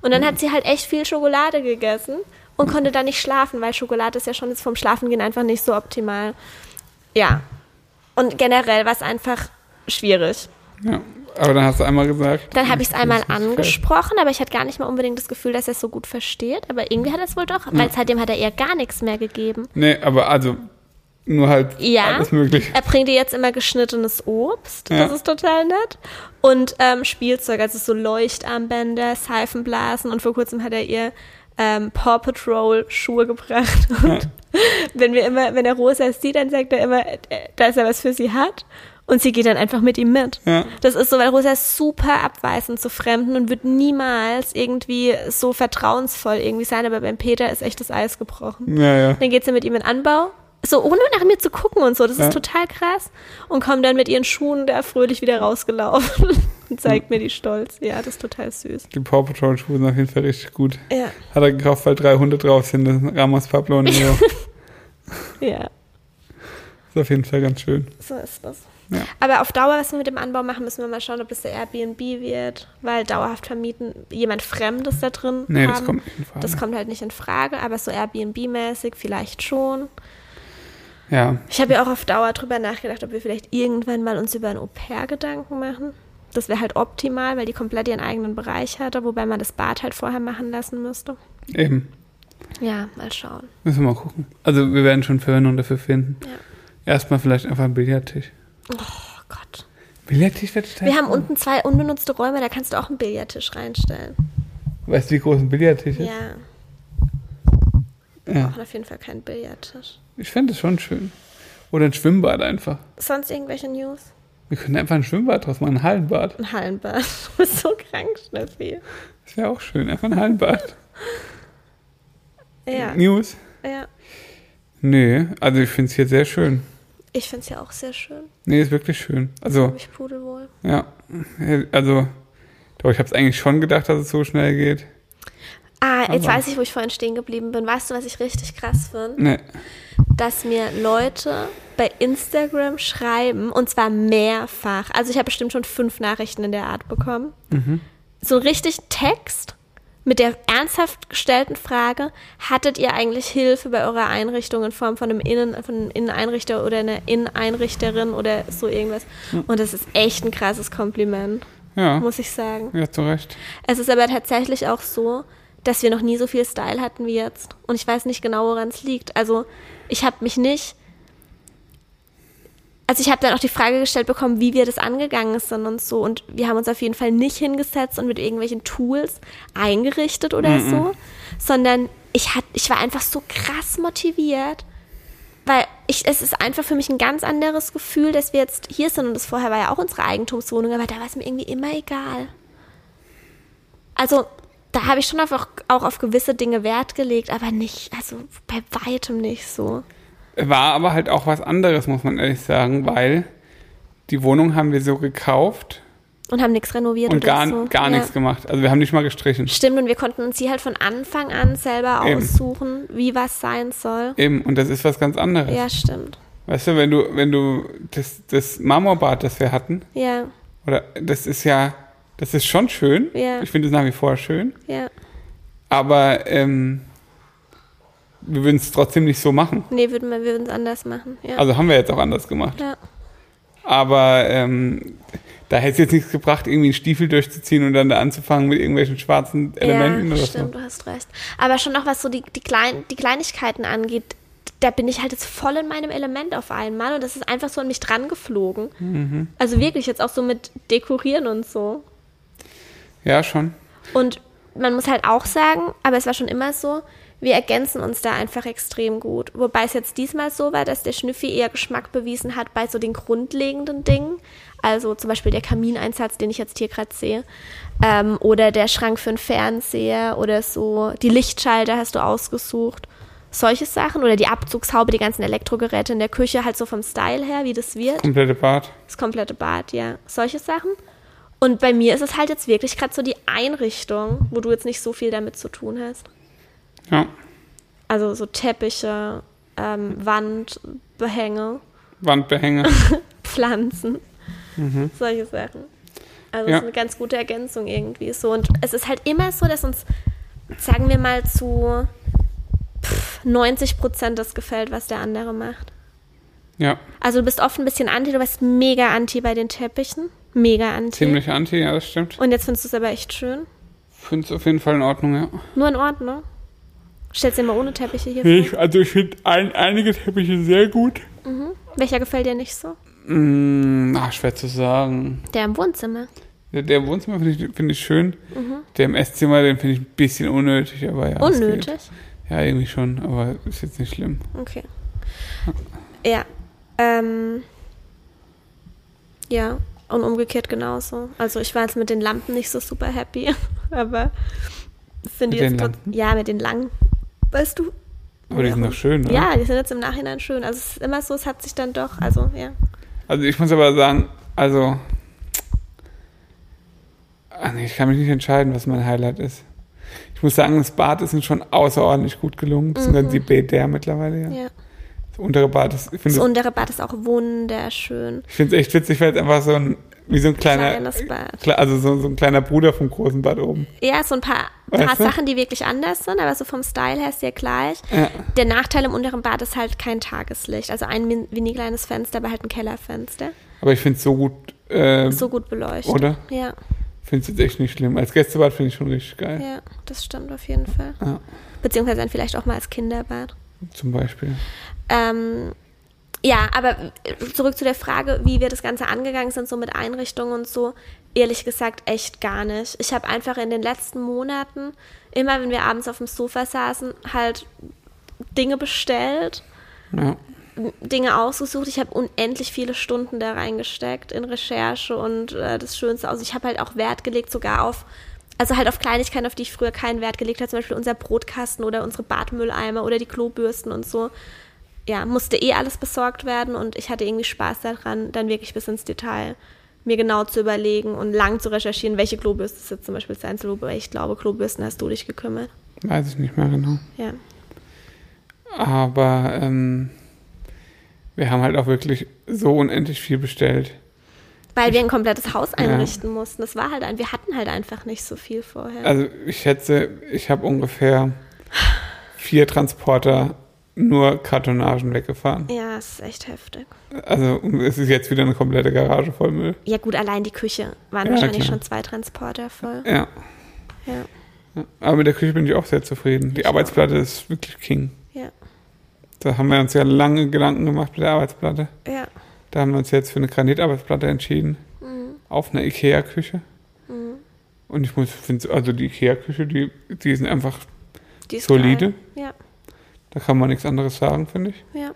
S2: Und dann hat sie halt echt viel Schokolade gegessen und konnte dann nicht schlafen, weil Schokolade ist ja schon jetzt vom Schlafengehen einfach nicht so optimal. Ja. Und generell war es einfach schwierig.
S1: ja. Aber dann hast du einmal gesagt.
S2: Dann habe ich es einmal
S1: das ist
S2: angesprochen, aber ich hatte gar nicht mal unbedingt das Gefühl, dass er es so gut versteht. Aber irgendwie hat er es wohl doch, weil seitdem hat er eher gar nichts mehr gegeben.
S1: Nee, aber also nur halt
S2: Ja.
S1: alles möglich.
S2: Er bringt ihr jetzt immer geschnittenes Obst. Das
S1: Ja.
S2: ist total nett. Und ähm, Spielzeug, also so Leuchtarmbänder, Seifenblasen. Und vor kurzem hat er ihr ähm, Paw Patrol Schuhe gebracht. <laughs> Und wenn wir immer, wenn er Rosa sieht, dann sagt er immer, äh, dass er was für sie hat. Und sie geht dann einfach mit ihm mit.
S1: Ja.
S2: Das ist so, weil Rosa ist super abweisend zu Fremden und wird niemals irgendwie so vertrauensvoll irgendwie sein, aber beim Peter ist echt das Eis gebrochen.
S1: Ja, ja.
S2: Dann geht sie mit ihm in Anbau, so ohne nach mir zu gucken und so, das
S1: Ja.
S2: ist total krass. Und kommt dann mit ihren Schuhen da fröhlich wieder rausgelaufen <laughs> und zeigt mir die Stolz. Ja, das ist total süß.
S1: Die Paw Patrol Schuhe sind auf jeden Fall richtig gut.
S2: Ja,
S1: Hat er gekauft, weil drei Hunde drauf sind. Das sind Ramos, Pablo und
S2: <laughs>
S1: Neo.
S2: ja,
S1: ist auf jeden Fall ganz schön.
S2: so ist das.
S1: Ja.
S2: Aber auf Dauer, was wir mit dem Anbau machen, müssen wir mal schauen, ob das der Airbnb wird, weil dauerhaft vermieten, jemand Fremdes da drin
S1: Nee,
S2: haben.
S1: das kommt nicht in Frage.
S2: Ähm, Das kommt halt nicht in Frage, aber so Airbnb-mäßig vielleicht schon.
S1: ja,
S2: Ich habe ja auch auf Dauer drüber nachgedacht, ob wir vielleicht irgendwann mal uns über ein Au-pair Gedanken machen. Das wäre halt optimal, weil die komplett ihren eigenen Bereich hatte, wobei man das Bad halt vorher machen lassen müsste.
S1: eben.
S2: Ja, mal schauen.
S1: Müssen wir mal gucken. Also wir werden schon Verwendung dafür finden.
S2: Ja.
S1: Erstmal vielleicht einfach einen Billardtisch.
S2: Oh Gott.
S1: Billardtisch wird total
S2: Wir haben
S1: cool.
S2: unten zwei unbenutzte Räume, da kannst du auch einen Billardtisch reinstellen.
S1: Weißt du, wie groß ein Billardtisch ist?
S2: Ja,
S1: Ja.
S2: brauchen auf jeden Fall keinen Billardtisch.
S1: Ich fände es schon schön. Oder ein Schwimmbad einfach.
S2: Sonst irgendwelche News?
S1: Wir können einfach ein Schwimmbad draus machen, ein Hallenbad.
S2: Ein Hallenbad. <laughs> Du bist so krank, Schnüffi.
S1: Das wäre auch schön, einfach ein Hallenbad.
S2: Ja,
S1: News?
S2: ja.
S1: Nee, also ich finde es hier sehr schön.
S2: Ich finde es ja auch sehr schön.
S1: Nee, ist wirklich schön. Also,
S2: Mich pudelwohl.
S1: ja. Also, doch, ich habe es eigentlich schon gedacht, dass es so schnell geht.
S2: Ah, jetzt
S1: Aber-
S2: weiß ich, wo ich vorhin stehen geblieben bin. Weißt du, was ich richtig krass finde?
S1: Nee.
S2: Dass mir Leute bei Instagram schreiben, und zwar mehrfach. Also ich habe bestimmt schon fünf Nachrichten in der Art bekommen. So richtig Text mit der ernsthaft gestellten Frage, hattet ihr eigentlich Hilfe bei eurer Einrichtung in Form von einem, Innen, von einem Inneneinrichter oder einer Inneneinrichterin oder so irgendwas? Und das ist echt ein krasses Kompliment,
S1: Ja,
S2: muss ich sagen.
S1: ja, zu Recht.
S2: Es ist aber tatsächlich auch so, dass wir noch nie so viel Style hatten wie jetzt. Und ich weiß nicht genau, woran es liegt. Also ich habe mich nicht. Also ich habe dann auch die Frage gestellt bekommen, wie wir das angegangen sind und so. Und wir haben uns auf jeden Fall nicht hingesetzt und mit irgendwelchen Tools eingerichtet oder so, sondern ich, hat, ich war einfach so krass motiviert, weil ich, es ist einfach für mich ein ganz anderes Gefühl, dass wir jetzt hier sind. Und das vorher war ja auch unsere Eigentumswohnung, aber da war es mir irgendwie immer egal. Also, da habe ich schon auf, auch auf gewisse Dinge Wert gelegt, aber nicht, also bei weitem nicht so.
S1: War aber halt auch was anderes, muss man ehrlich sagen, weil die Wohnung haben wir so gekauft
S2: Und haben nichts renoviert
S1: und
S2: oder
S1: gar,
S2: so.
S1: gar
S2: Ja.
S1: nichts gemacht. Also wir haben nicht mal gestrichen.
S2: Stimmt, und wir konnten uns hier halt von Anfang an selber
S1: Eben.
S2: aussuchen, wie was sein soll.
S1: Eben, und das ist was ganz anderes.
S2: Ja, stimmt.
S1: Weißt du, wenn du, wenn du das, das Marmorbad, das wir hatten,
S2: Ja,
S1: oder das ist ja, das ist schon schön.
S2: Ja.
S1: Ich finde es nach wie vor schön.
S2: ja.
S1: Aber ähm, wir würden es trotzdem nicht so machen.
S2: Nee, würden wir, wir würden es anders machen. Ja.
S1: Also haben wir jetzt auch anders gemacht.
S2: ja.
S1: Aber ähm, da hätte es jetzt nichts gebracht, irgendwie einen Stiefel durchzuziehen und dann da anzufangen mit irgendwelchen schwarzen Elementen
S2: ja,
S1: oder
S2: stimmt, du hast recht. Aber schon noch was so die, die, Klein, die Kleinigkeiten angeht, da bin ich halt jetzt voll in meinem Element auf einmal und das ist einfach so an mich dran geflogen.
S1: Mhm.
S2: Also wirklich jetzt auch so mit dekorieren und so.
S1: so. Ja, schon.
S2: Und man muss halt auch sagen, aber es war schon immer so, wir ergänzen uns da einfach extrem gut. Wobei es jetzt diesmal so war, dass der Schnüffi eher Geschmack bewiesen hat bei so den grundlegenden Dingen. Also zum Beispiel der Kamineinsatz, den ich jetzt hier gerade sehe. Ähm, oder der Schrank für den Fernseher oder so. Die Lichtschalter hast du ausgesucht. Solche Sachen. Oder die Abzugshaube, die ganzen Elektrogeräte in der Küche, halt so vom Style her, wie das wird.
S1: Komplette Bad.
S2: Das komplette Bad, ja. Solche Sachen. Und bei mir ist es halt jetzt wirklich gerade so die Einrichtung, wo du jetzt nicht so viel damit zu tun hast.
S1: Ja.
S2: Also so Teppiche, ähm, Wandbehänge,
S1: Wandbehänge.
S2: <laughs> Pflanzen, solche Sachen. Also
S1: Mhm. Ja.
S2: es ist eine ganz gute Ergänzung irgendwie so. Und es ist halt immer so, dass uns, sagen wir mal, zu pff, 90 Prozent das gefällt, was der andere macht.
S1: ja.
S2: Also du bist oft ein bisschen anti, du warst mega anti bei den Teppichen. Mega anti.
S1: Ziemlich anti, ja, das stimmt.
S2: Und jetzt findest du es aber echt schön.
S1: Finde es auf jeden Fall in Ordnung, ja.
S2: Nur in Ordnung. Stellst dir mal ohne Teppiche hier
S1: Nee,
S2: vor.
S1: ich, also ich finde ein, einige Teppiche sehr gut.
S2: Welcher gefällt dir nicht so?
S1: Mm, ach, schwer zu sagen.
S2: Der im Wohnzimmer.
S1: Der, der im Wohnzimmer finde ich, find ich schön.
S2: Mhm.
S1: Der im Esszimmer, den finde ich ein bisschen unnötig, aber ja. es geht.
S2: Unnötig.
S1: Ja, irgendwie schon, aber ist jetzt nicht schlimm.
S2: Okay. Ja. Ähm, Ja, und umgekehrt genauso. Also ich war jetzt mit den Lampen nicht so super happy, <laughs> aber finde
S1: Mit
S2: jetzt
S1: den
S2: trotz- ja mit den langen, weißt du?
S1: Aber die sind doch schön, ne?
S2: Ja, die sind jetzt im Nachhinein schön. Also es ist immer so, es hat sich dann doch, also ja.
S1: Also ich muss aber sagen, also Ah, nee, ich kann mich nicht entscheiden, was mein Highlight ist. Ich muss sagen, das Bad ist uns schon außerordentlich gut gelungen, beziehungsweise die BDR mittlerweile, ja.
S2: Mhm. ja.
S1: Das untere Bad ist, ich
S2: Das
S1: finde
S2: untere Bad ist auch wunderschön.
S1: es echt witzig, weil es einfach so ein, wie so ein kleiner,
S2: Kleines Bad.
S1: kle- also so, so ein kleiner Bruder vom großen Bad oben.
S2: Ja, so ein paar,
S1: Weißt
S2: paar
S1: du?
S2: Sachen, die wirklich anders sind, aber so vom Style her ist ja gleich.
S1: Ja.
S2: Der Nachteil im unteren Bad ist halt kein Tageslicht. Also ein min- mini kleines Fenster, aber halt ein Kellerfenster.
S1: Aber ich finde es so gut, äh,
S2: So gut beleuchtet.
S1: oder?
S2: Ja,
S1: Finde es jetzt echt nicht schlimm. Als Gästebad finde ich schon richtig geil.
S2: ja, das stimmt auf jeden Fall.
S1: Ja.
S2: Beziehungsweise dann vielleicht auch mal als Kinderbad.
S1: Zum Beispiel.
S2: Ähm, ja, aber zurück zu der Frage, wie wir das Ganze angegangen sind, so mit Einrichtungen und so, ehrlich gesagt echt gar nicht. Ich habe einfach in den letzten Monaten, immer wenn wir abends auf dem Sofa saßen, halt Dinge bestellt,
S1: Ja.
S2: Dinge ausgesucht. Ich habe unendlich viele Stunden da reingesteckt in Recherche und äh, das Schönste aus. Ich habe halt auch Wert gelegt sogar auf, also halt auf Kleinigkeiten, auf die ich früher keinen Wert gelegt habe, zum Beispiel unser Brotkasten oder unsere Badmülleimer oder die Klobürsten und so. Ja, musste eh alles besorgt werden und ich hatte irgendwie Spaß daran, dann wirklich bis ins Detail mir genau zu überlegen und lang zu recherchieren, welche Klobürste es jetzt zum Beispiel sein soll, wobei ich glaube, Klobürsten hast du dich gekümmert.
S1: Weiß ich nicht mehr genau.
S2: Ja.
S1: Aber ähm, wir haben halt auch wirklich so unendlich viel bestellt.
S2: Weil wir ein komplettes Haus einrichten mussten. Das war halt ein, wir hatten halt einfach nicht so viel vorher.
S1: Also ich schätze, ich habe ungefähr vier Transporter nur Kartonagen weggefahren.
S2: Ja, es ist echt heftig.
S1: Also es ist jetzt wieder eine komplette Garage voll Müll.
S2: Ja, gut, allein die Küche waren
S1: Ja,
S2: wahrscheinlich
S1: klar.
S2: schon zwei Transporter voll.
S1: Ja.
S2: Ja,
S1: Aber mit der Küche bin ich auch sehr zufrieden. Die Arbeitsplatte ist wirklich King.
S2: ja,
S1: Da haben wir uns ja lange Gedanken gemacht mit der Arbeitsplatte.
S2: ja.
S1: Da haben wir uns jetzt für eine Granitarbeitsplatte entschieden.
S2: Mhm,
S1: Auf einer Ikea-Küche. Und ich muss, find's, also die Ikea-Küche, die, die sind einfach,
S2: Die ist
S1: Solide?
S2: geil. Ja,
S1: da kann man nichts anderes sagen, finde ich.
S2: ja.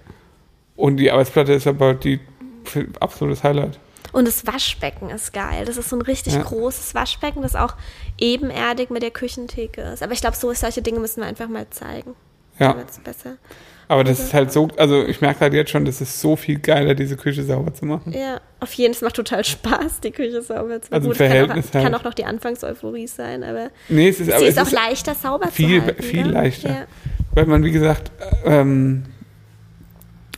S1: Und die Arbeitsplatte ist aber die für- absolutes Highlight.
S2: Und das Waschbecken ist geil. Das ist so ein richtig
S1: Ja.
S2: großes Waschbecken, das auch ebenerdig mit der Küchentheke ist. Aber ich glaube, so solche Dinge müssen wir einfach mal zeigen. Dann
S1: Ja,
S2: wird's besser.
S1: aber das ist halt so, also ich merke halt jetzt schon, das ist so viel geiler, diese Küche sauber zu machen.
S2: Ja, auf jeden Fall. Es macht total Spaß, die Küche sauber zu machen.
S1: Also im
S2: Gut, es
S1: Verhältnis
S2: kann, auch, kann
S1: halt.
S2: auch noch die Anfangseuphorie sein, aber
S1: Nee, es ist, aber
S2: sie
S1: es
S2: ist auch
S1: ist,
S2: leichter sauber
S1: viel-
S2: zu halten. ne?
S1: viel
S2: gell?
S1: leichter.
S2: Ja.
S1: weil man, wie gesagt, ähm,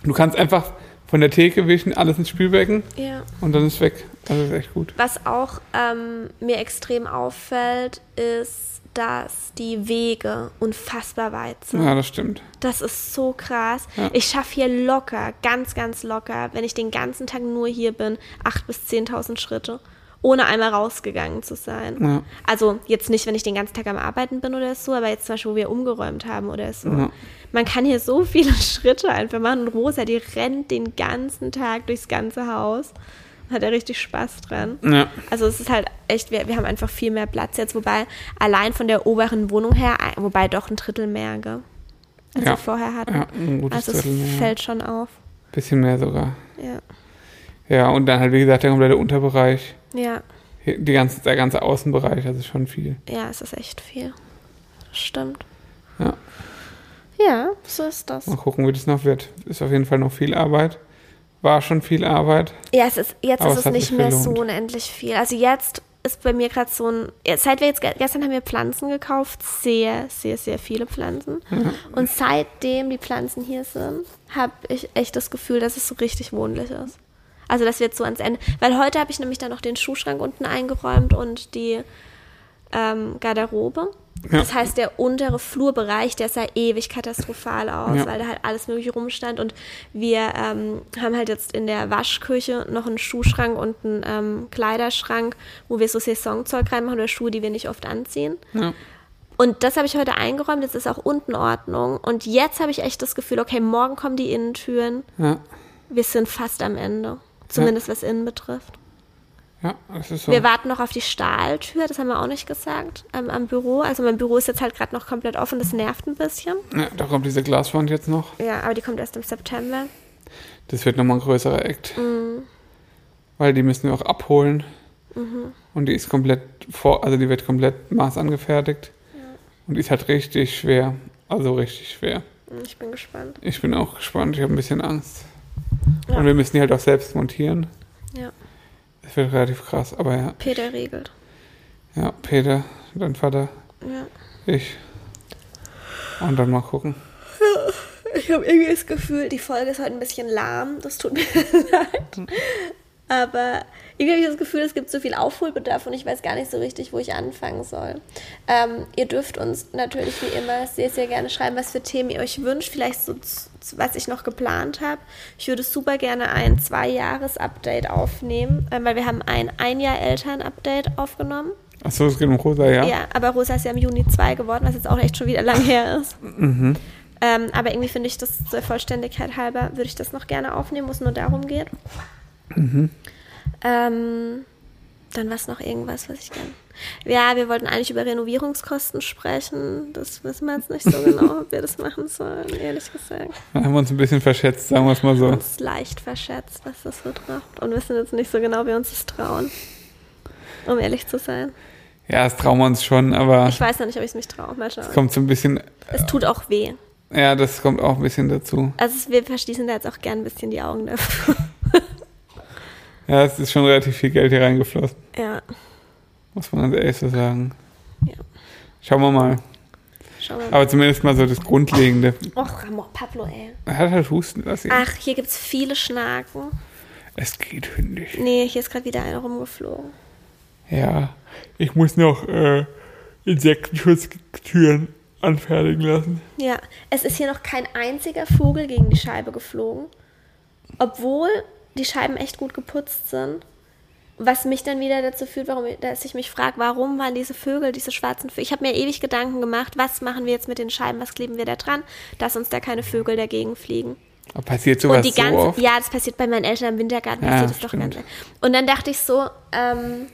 S1: du kannst einfach von der Theke wischen, alles ins Spülbecken
S2: ja.
S1: und dann ist weg. Also ist echt gut.
S2: Was auch ähm, mir extrem auffällt, ist, dass die Wege unfassbar weit sind.
S1: Ja, das stimmt.
S2: Das ist so krass.
S1: Ja.
S2: Ich schaffe hier locker, ganz, ganz locker, wenn ich den ganzen Tag nur hier bin, 8.000 bis 10.000 Schritte, ohne einmal rausgegangen zu sein.
S1: Ja.
S2: Also jetzt nicht, wenn ich den ganzen Tag am Arbeiten bin oder so, aber jetzt zum Beispiel, wo wir umgeräumt haben oder so.
S1: Ja.
S2: Man kann hier so viele <laughs> Schritte einfach machen. Und Rosa, die rennt den ganzen Tag durchs ganze Haus. Hat er richtig Spaß dran.
S1: Ja.
S2: Also es ist halt echt, wir, wir haben einfach viel mehr Platz jetzt, wobei allein von der oberen Wohnung her, äh, wobei doch ein Drittel mehr, gell? Als
S1: Ja.
S2: wir vorher hatten.
S1: Ja, ein gutes
S2: also es
S1: Drittel mehr.
S2: fällt schon auf.
S1: Bisschen mehr sogar.
S2: Ja.
S1: Ja, und dann halt, wie gesagt, der komplette Unterbereich,
S2: Ja,
S1: hier die ganze, der ganze Außenbereich, also schon viel.
S2: ja, es ist echt viel. Stimmt.
S1: Ja.
S2: Ja, so ist das.
S1: Mal gucken, wie das noch wird. Ist auf jeden Fall noch viel Arbeit. War schon viel Arbeit.
S2: Ja, es ist, jetzt
S1: Aber
S2: ist
S1: es
S2: es
S1: hat
S2: nicht
S1: sich
S2: mehr
S1: gelohnt.
S2: so unendlich viel. Also jetzt ist bei mir gerade so ein. ja, Seit wir jetzt ge- gestern haben wir Pflanzen gekauft, sehr, sehr, sehr viele Pflanzen. Und seitdem die Pflanzen hier sind, habe ich echt das Gefühl, dass es so richtig wohnlich ist. Also das wird so ans Ende. Weil heute habe ich nämlich dann noch den Schuhschrank unten eingeräumt und die ähm, Garderobe.
S1: Ja.
S2: Das heißt, der untere Flurbereich, der sah ewig katastrophal aus,
S1: Ja.
S2: weil da halt alles mögliche rumstand. Und wir ähm, haben halt jetzt in der Waschküche noch einen Schuhschrank und einen ähm, Kleiderschrank, wo wir so Saisonzeug reinmachen oder Schuhe, die wir nicht oft anziehen.
S1: Ja.
S2: Und das habe ich heute eingeräumt, jetzt ist auch unten Ordnung. Und jetzt habe ich echt das Gefühl, okay, morgen kommen die Innentüren.
S1: Ja,
S2: Wir sind fast am Ende. Zumindest was innen betrifft.
S1: ja das ist so.
S2: Wir warten noch auf die Stahltür, das haben wir auch nicht gesagt, ähm, am Büro. Also mein Büro ist jetzt halt gerade noch komplett offen, das nervt ein bisschen.
S1: Ja, da kommt diese Glaswand jetzt noch.
S2: Ja, aber die kommt erst im September. Mhm.
S1: Das wird nochmal ein größerer Act. weil die müssen wir auch abholen.
S2: Mhm.
S1: Und die ist komplett vor, also die wird komplett maßangefertigt. Und die ist halt richtig schwer. Also richtig schwer.
S2: Ich bin gespannt.
S1: Ich bin auch gespannt, ich habe ein bisschen Angst.
S2: Ja.
S1: Und wir müssen die halt auch selbst montieren.
S2: Ja.
S1: Das wird relativ krass, aber ja.
S2: Peter regelt.
S1: Ja, Peter, dein Vater,
S2: Ja.
S1: ich. Und dann mal gucken.
S2: Ich habe irgendwie das Gefühl, die Folge ist heute ein bisschen lahm. Das tut mir <laughs> leid. Aber irgendwie habe ich das Gefühl, es gibt so viel Aufholbedarf und ich weiß gar nicht so richtig, wo ich anfangen soll. Ähm, ihr dürft uns natürlich wie immer sehr, sehr gerne schreiben, was für Themen ihr euch wünscht. Vielleicht so, z- z- was ich noch geplant habe. Ich würde super gerne ein Zwei-Jahres-Update aufnehmen, äh, weil wir haben ein Ein-Jahr-Eltern-Update aufgenommen.
S1: Achso, es geht um Rosa, ja?
S2: Ja. aber Rosa ist ja im Juni 2 geworden, was jetzt auch echt schon wieder lang her ist.
S1: Mhm.
S2: Ähm, aber irgendwie finde ich das zur Vollständigkeit halber, würde ich das noch gerne aufnehmen, wo es nur darum geht.
S1: Mhm.
S2: Ähm, dann war es noch irgendwas, was ich gerne. Ja, wir wollten eigentlich über Renovierungskosten sprechen. Das wissen wir jetzt
S1: <laughs>
S2: nicht so genau, ob wir das machen sollen, ehrlich gesagt.
S1: Da haben wir uns ein bisschen verschätzt, sagen wir es mal so.
S2: Uns leicht verschätzt, was das betrifft. Und wissen jetzt nicht so genau, wie wir uns das trauen. Um ehrlich zu sein.
S1: Ja, das trauen wir uns schon, aber
S2: Ich weiß noch nicht, ob ich es mich traue. Mal schauen.
S1: es kommt so ein bisschen,
S2: Es tut auch weh.
S1: ja, das kommt auch ein bisschen dazu.
S2: Also es- wir verschließen da jetzt auch gern ein bisschen die Augen dafür. <laughs>
S1: Ja, es ist schon relativ viel Geld hier reingeflossen,
S2: Ja,
S1: muss man ganz ehrlich so sagen.
S2: Ja.
S1: Schauen wir mal.
S2: schauen wir mal.
S1: Aber zumindest mal so das Grundlegende.
S2: Och, Ramon, Pablo, ey.
S1: Er hat halt Husten, lass ihn.
S2: Ach, hier gibt's viele Schnaken.
S1: Es geht hündisch.
S2: Nee, hier ist gerade wieder einer rumgeflogen.
S1: Ja, ich muss noch äh, Insektenschutztüren anfertigen lassen.
S2: Ja, es ist hier noch kein einziger Vogel gegen die Scheibe geflogen. Obwohl die Scheiben echt gut geputzt sind. Was mich dann wieder dazu führt, warum, dass ich mich frage, warum waren diese Vögel, diese schwarzen Vögel? Ich habe mir ewig Gedanken gemacht, was machen wir jetzt mit den Scheiben, was kleben wir da dran, dass uns da keine Vögel dagegen fliegen.
S1: Aber Passiert sowas
S2: und die
S1: so
S2: ganze,
S1: oft?
S2: ja, das passiert bei meinen Eltern im Wintergarten,
S1: Ja,
S2: passiert das doch
S1: stimmt.
S2: ganz. Und dann dachte ich so, ähm,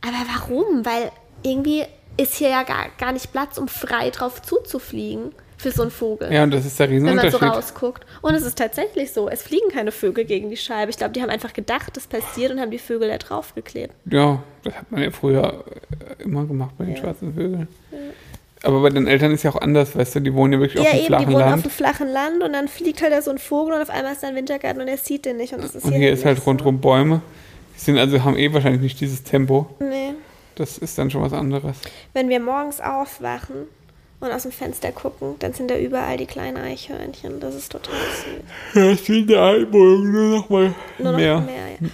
S2: aber warum? Weil irgendwie ist hier ja gar, gar nicht Platz, um frei drauf zuzufliegen für so einen Vogel.
S1: Ja, und das ist der
S2: Wenn man so
S1: Riesenunterschied.
S2: rausguckt. Und es ist tatsächlich so. Es fliegen keine Vögel gegen die Scheibe. Ich glaube, die haben einfach gedacht, das passiert und haben die Vögel da drauf geklebt.
S1: ja, das hat man ja früher äh, immer gemacht bei den schwarzen Vögeln. Aber bei den Eltern ist ja auch anders, weißt du, die wohnen ja wirklich
S2: ja,
S1: auf dem
S2: eben, die
S1: flachen
S2: wohnen auf
S1: Land.
S2: dem flachen Land und dann fliegt halt da so ein Vogel und auf einmal ist da ein Wintergarten und er sieht den nicht. Und, das ist
S1: und hier ist halt
S2: nicht so.
S1: rundherum Bäume. Die sind also, haben eh wahrscheinlich nicht dieses Tempo.
S2: Nee.
S1: Das ist dann schon was anderes.
S2: Wenn wir morgens aufwachen und aus dem Fenster gucken, dann sind da überall die kleinen Eichhörnchen. Das ist total süß.
S1: Ja, ich will der Einbäume nur noch mal
S2: Nur noch
S1: mehr.
S2: mehr. ja.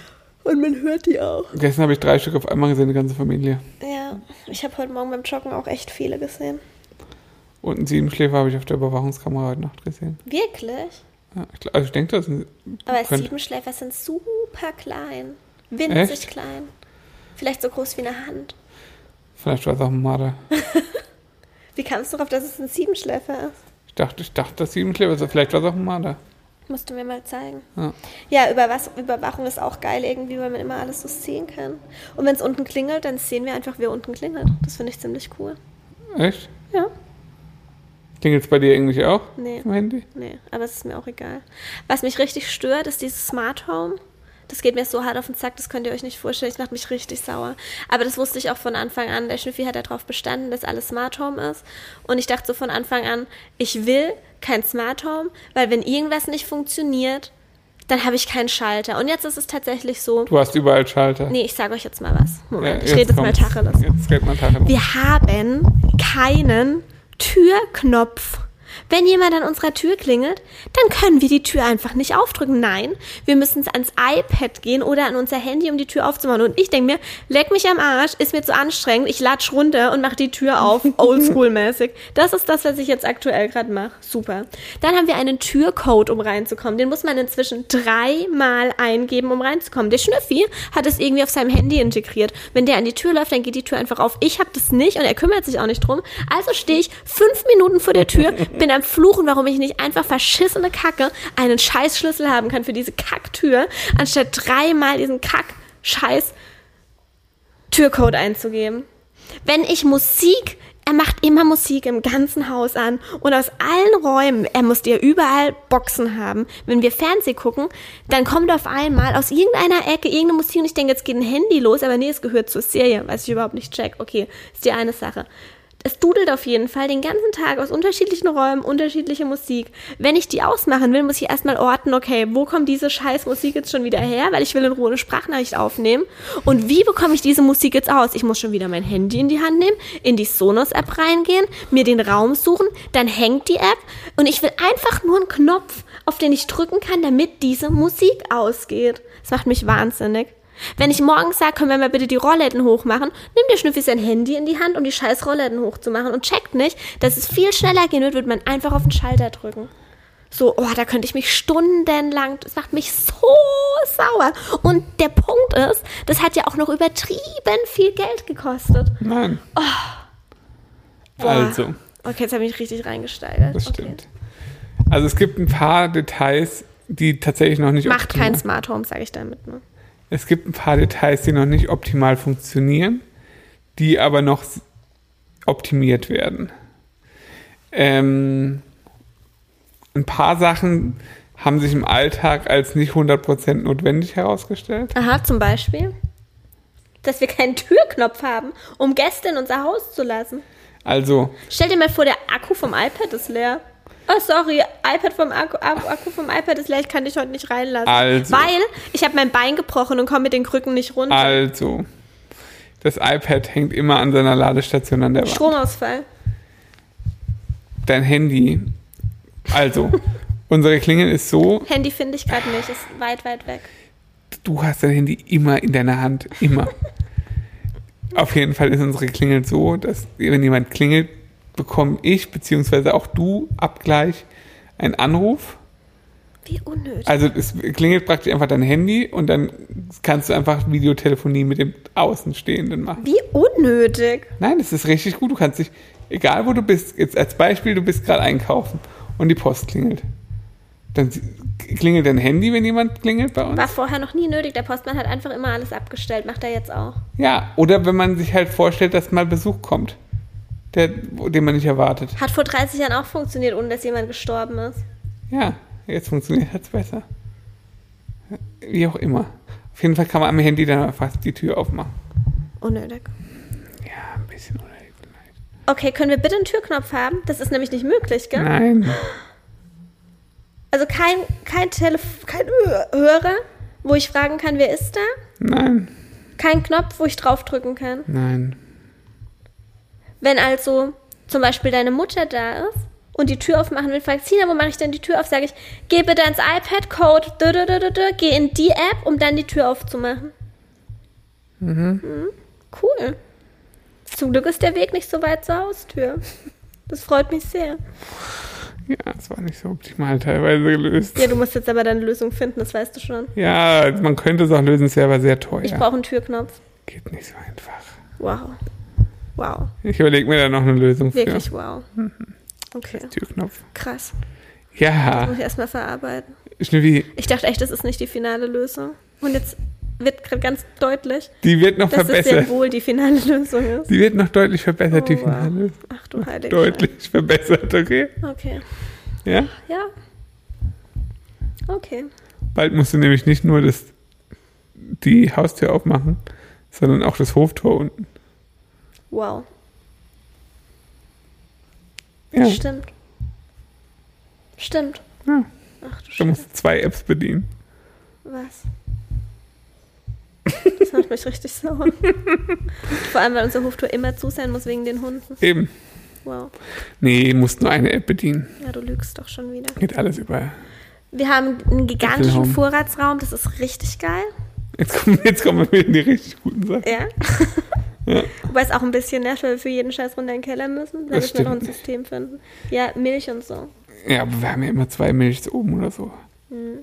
S2: Und man hört die auch.
S1: Gestern habe ich drei Stück auf einmal gesehen, die ganze Familie.
S2: Ja, ich habe heute Morgen beim Joggen auch echt viele gesehen.
S1: Und einen Siebenschläfer habe ich auf der Überwachungskamera heute Nacht gesehen.
S2: Wirklich?
S1: Ja, ich glaub- also ich denke, das sind
S2: Aber
S1: Könnt-
S2: Siebenschläfer sind super klein. Winzig
S1: Echt?
S2: klein. Vielleicht so groß wie eine Hand.
S1: vielleicht war es auch ein Marder.
S2: Wie kamst du darauf, dass es ein Siebenschläfer ist?
S1: Ich dachte, ich dachte, das Siebenschläfer ist, vielleicht war es auch ein Marder.
S2: Musst du mir mal zeigen.
S1: Ja.
S2: Ja, Überwas Überwachung ist auch geil irgendwie, weil man immer alles so sehen kann. Und wenn es unten klingelt, dann sehen wir einfach, wer unten klingelt. Das finde ich ziemlich cool.
S1: Echt?
S2: Ja.
S1: Klingelt es bei dir irgendwie auch?
S2: Nee.
S1: Im Handy?
S2: Nee, aber es ist mir auch egal. Was mich richtig stört, ist dieses Smart Home. Das geht mir so hart auf den Zack, das könnt ihr euch nicht vorstellen. Das macht mich richtig sauer. Aber das wusste ich auch von Anfang an. Der Schnüffi hat darauf bestanden, dass alles Smart Home ist. Und ich dachte so von Anfang an, ich will kein Smart Home, weil wenn irgendwas nicht funktioniert, dann habe ich keinen Schalter. Und jetzt ist es tatsächlich so.
S1: Du hast überall Schalter.
S2: Nee, ich sage euch jetzt mal was.
S1: Ja,
S2: Moment, ich rede jetzt mal
S1: kommt's.
S2: Tacheles.
S1: Jetzt geht mal Tacheles.
S2: Wir haben keinen Türknopf. Wenn jemand an unserer Tür klingelt, dann können wir die Tür einfach nicht aufdrücken. Nein, wir müssen ans iPad gehen oder an unser Handy, um die Tür aufzumachen. Und ich denke mir, leck mich am Arsch, ist mir zu anstrengend, ich latsch runter und mache die Tür auf, oldschool-mäßig. Das ist das, was ich jetzt aktuell gerade mache. Super. Dann haben wir einen Türcode, um reinzukommen. Den muss man inzwischen dreimal eingeben, um reinzukommen. Der Schnüffi hat es irgendwie auf seinem Handy integriert. Wenn der an die Tür läuft, dann geht die Tür einfach auf. Ich habe das nicht und er kümmert sich auch nicht drum. Also stehe ich fünf Minuten vor der Tür, bin am Fluchen, warum ich nicht einfach verschissene Kacke einen Scheißschlüssel haben kann für diese Kacktür, anstatt dreimal diesen Kack-Scheiß Türcode einzugeben. Wenn ich Musik er macht immer Musik im ganzen Haus an und aus allen Räumen. Er musste ja überall Boxen haben. Wenn wir Fernseh gucken, dann kommt auf einmal aus irgendeiner Ecke irgendeine Musik und ich denke, jetzt geht ein Handy los, aber nee, es gehört zur Serie, was ich überhaupt nicht check. Okay, ist die eine Sache. Es dudelt auf jeden Fall den ganzen Tag aus unterschiedlichen Räumen unterschiedliche Musik. Wenn ich die ausmachen will, muss ich erstmal orten, okay, wo kommt diese scheiß Musik jetzt schon wieder her, weil ich will in Ruhe eine Sprachnachricht aufnehmen. Und wie bekomme ich diese Musik jetzt aus? Ich muss schon wieder mein Handy in die Hand nehmen, in die Sonos-App reingehen, mir den Raum suchen, dann hängt die App und ich will einfach nur einen Knopf, auf den ich drücken kann, damit diese Musik ausgeht. Das macht mich wahnsinnig. Wenn ich morgens sage, können wir mal bitte die Rollläden hochmachen, nimmt der Schnüffi sein Handy in die Hand, um die scheiß Rollläden hochzumachen und checkt nicht, dass es viel schneller gehen wird, wird man einfach auf den Schalter drücken. So, oh, da könnte ich mich stundenlang, das macht mich so sauer. Und der Punkt ist, das hat ja auch noch übertrieben viel Geld gekostet.
S1: Nein.
S2: Boah.
S1: Also,
S2: Okay, jetzt habe ich mich richtig reingesteigert.
S1: das stimmt. Also es gibt ein paar Details, die tatsächlich noch nicht
S2: Okay. Macht
S1: optimal-
S2: kein Smart Home, sage ich damit. Ne?
S1: Es gibt ein paar Details, die noch nicht optimal funktionieren, die aber noch s- optimiert werden. Ähm, ein paar Sachen haben sich im Alltag als nicht 100% notwendig herausgestellt.
S2: Aha, zum Beispiel, dass wir keinen Türknopf haben, um Gäste in unser Haus zu lassen.
S1: Also,
S2: Stell dir mal vor, der Akku vom iPad ist leer. Oh, sorry, iPad vom Akku, Akku Akku vom iPad ist leer, ich kann dich heute nicht reinlassen.
S1: Also.
S2: Weil ich habe mein Bein gebrochen und komme mit den Krücken nicht runter.
S1: also, das iPad hängt immer an seiner Ladestation an der Wand.
S2: Stromausfall.
S1: Dein Handy. Also, unsere Klingel ist so,
S2: Handy finde ich gerade nicht, ist weit, weit weg.
S1: du hast dein Handy immer in deiner Hand, immer. Auf jeden Fall ist unsere Klingel so, dass wenn jemand klingelt, bekomme ich beziehungsweise auch du abgleich einen Anruf.
S2: Wie unnötig.
S1: Also es klingelt praktisch einfach dein Handy und dann kannst du einfach Videotelefonie mit dem Außenstehenden machen.
S2: Wie unnötig.
S1: Nein, das ist richtig gut. Du kannst dich, egal wo du bist, jetzt als Beispiel, du bist gerade einkaufen und die Post klingelt. Dann sie- klingelt dein Handy, wenn jemand klingelt bei uns.
S2: War vorher noch nie nötig. Der Postmann hat einfach immer alles abgestellt. Macht er jetzt auch.
S1: Ja, oder wenn man sich halt vorstellt, dass mal Besuch kommt, der, den man nicht erwartet.
S2: Hat vor 30 Jahren auch funktioniert, ohne dass jemand gestorben ist.
S1: Ja, jetzt funktioniert es besser. Wie auch immer. Auf jeden Fall kann man am Handy dann einfach die Tür aufmachen.
S2: Unnötig.
S1: Ja, ein bisschen unnötig.
S2: Okay, können wir bitte einen Türknopf haben? Das ist nämlich nicht möglich, gell?
S1: Nein.
S2: Also kein, kein, Telef kein Ö- Hörer, wo ich fragen kann, wer ist da?
S1: Nein.
S2: Kein Knopf, wo ich draufdrücken kann.
S1: Nein.
S2: Wenn also zum Beispiel deine Mutter da ist und die Tür aufmachen will, fragt Sina, wo mache ich denn die Tür auf? Sage ich, geh bitte ans iPad, Code, dö, dö, dö, dö, dö, geh in die App, um dann die Tür aufzumachen. Mhm. Cool. Zum Glück ist der Weg nicht so weit zur Haustür. Das freut mich sehr.
S1: Ja, es war nicht so optimal teilweise gelöst.
S2: Ja, du musst jetzt aber deine Lösung finden, das weißt du schon.
S1: Ja, man könnte es auch lösen, ist ja aber sehr teuer.
S2: Ich brauche einen Türknopf.
S1: Geht nicht so einfach.
S2: Wow. Wow.
S1: Ich überlege mir da noch eine Lösung für.
S2: Wirklich wow.
S1: Mhm.
S2: Okay,
S1: Türknopf.
S2: krass.
S1: Ja, Ah.
S2: Muss ich erstmal verarbeiten.
S1: Schnüffi,
S2: Ich dachte echt, das ist nicht die finale Lösung. Und jetzt wird gerade ganz deutlich,
S1: die wird noch
S2: dass es sehr
S1: verbessert.
S2: wohl die finale <laughs> Lösung ist.
S1: Die wird noch deutlich verbessert, die
S2: Oh, wow.
S1: Finale.
S2: Ach du heilige
S1: deutlich verbessert, okay?
S2: Scheiße. Okay.
S1: Ja?
S2: Ja. Okay.
S1: Bald musst du nämlich nicht nur das, die Haustür aufmachen, sondern auch das Hoftor unten.
S2: Wow.
S1: Ja,
S2: Stimmt. Stimmt.
S1: Ja.
S2: Ach du
S1: du
S2: Scheiße.
S1: musst zwei Apps bedienen.
S2: Was? Das macht mich
S1: <laughs>
S2: richtig sauer. Vor allem, weil unser Hoftor immer zu sein muss wegen den Hunden.
S1: Eben.
S2: Wow.
S1: Nee, musst nur eine App bedienen.
S2: Ja, du lügst doch schon wieder.
S1: Geht alles über.
S2: Wir haben einen gigantischen
S1: Apfelhauben.
S2: Vorratsraum, das ist richtig geil.
S1: Jetzt kommen, jetzt kommen wir wieder in die richtig guten Sachen.
S2: <laughs> Ja. Wobei es auch ein bisschen nervt, weil wir für jeden Scheiß runter in den Keller müssen. Da
S1: Das
S2: müssen wir noch ein
S1: stimmt.
S2: System finden. Ja, Milch und so.
S1: Ja, aber wir haben ja immer zwei Milchs oben oder so.
S2: Hm.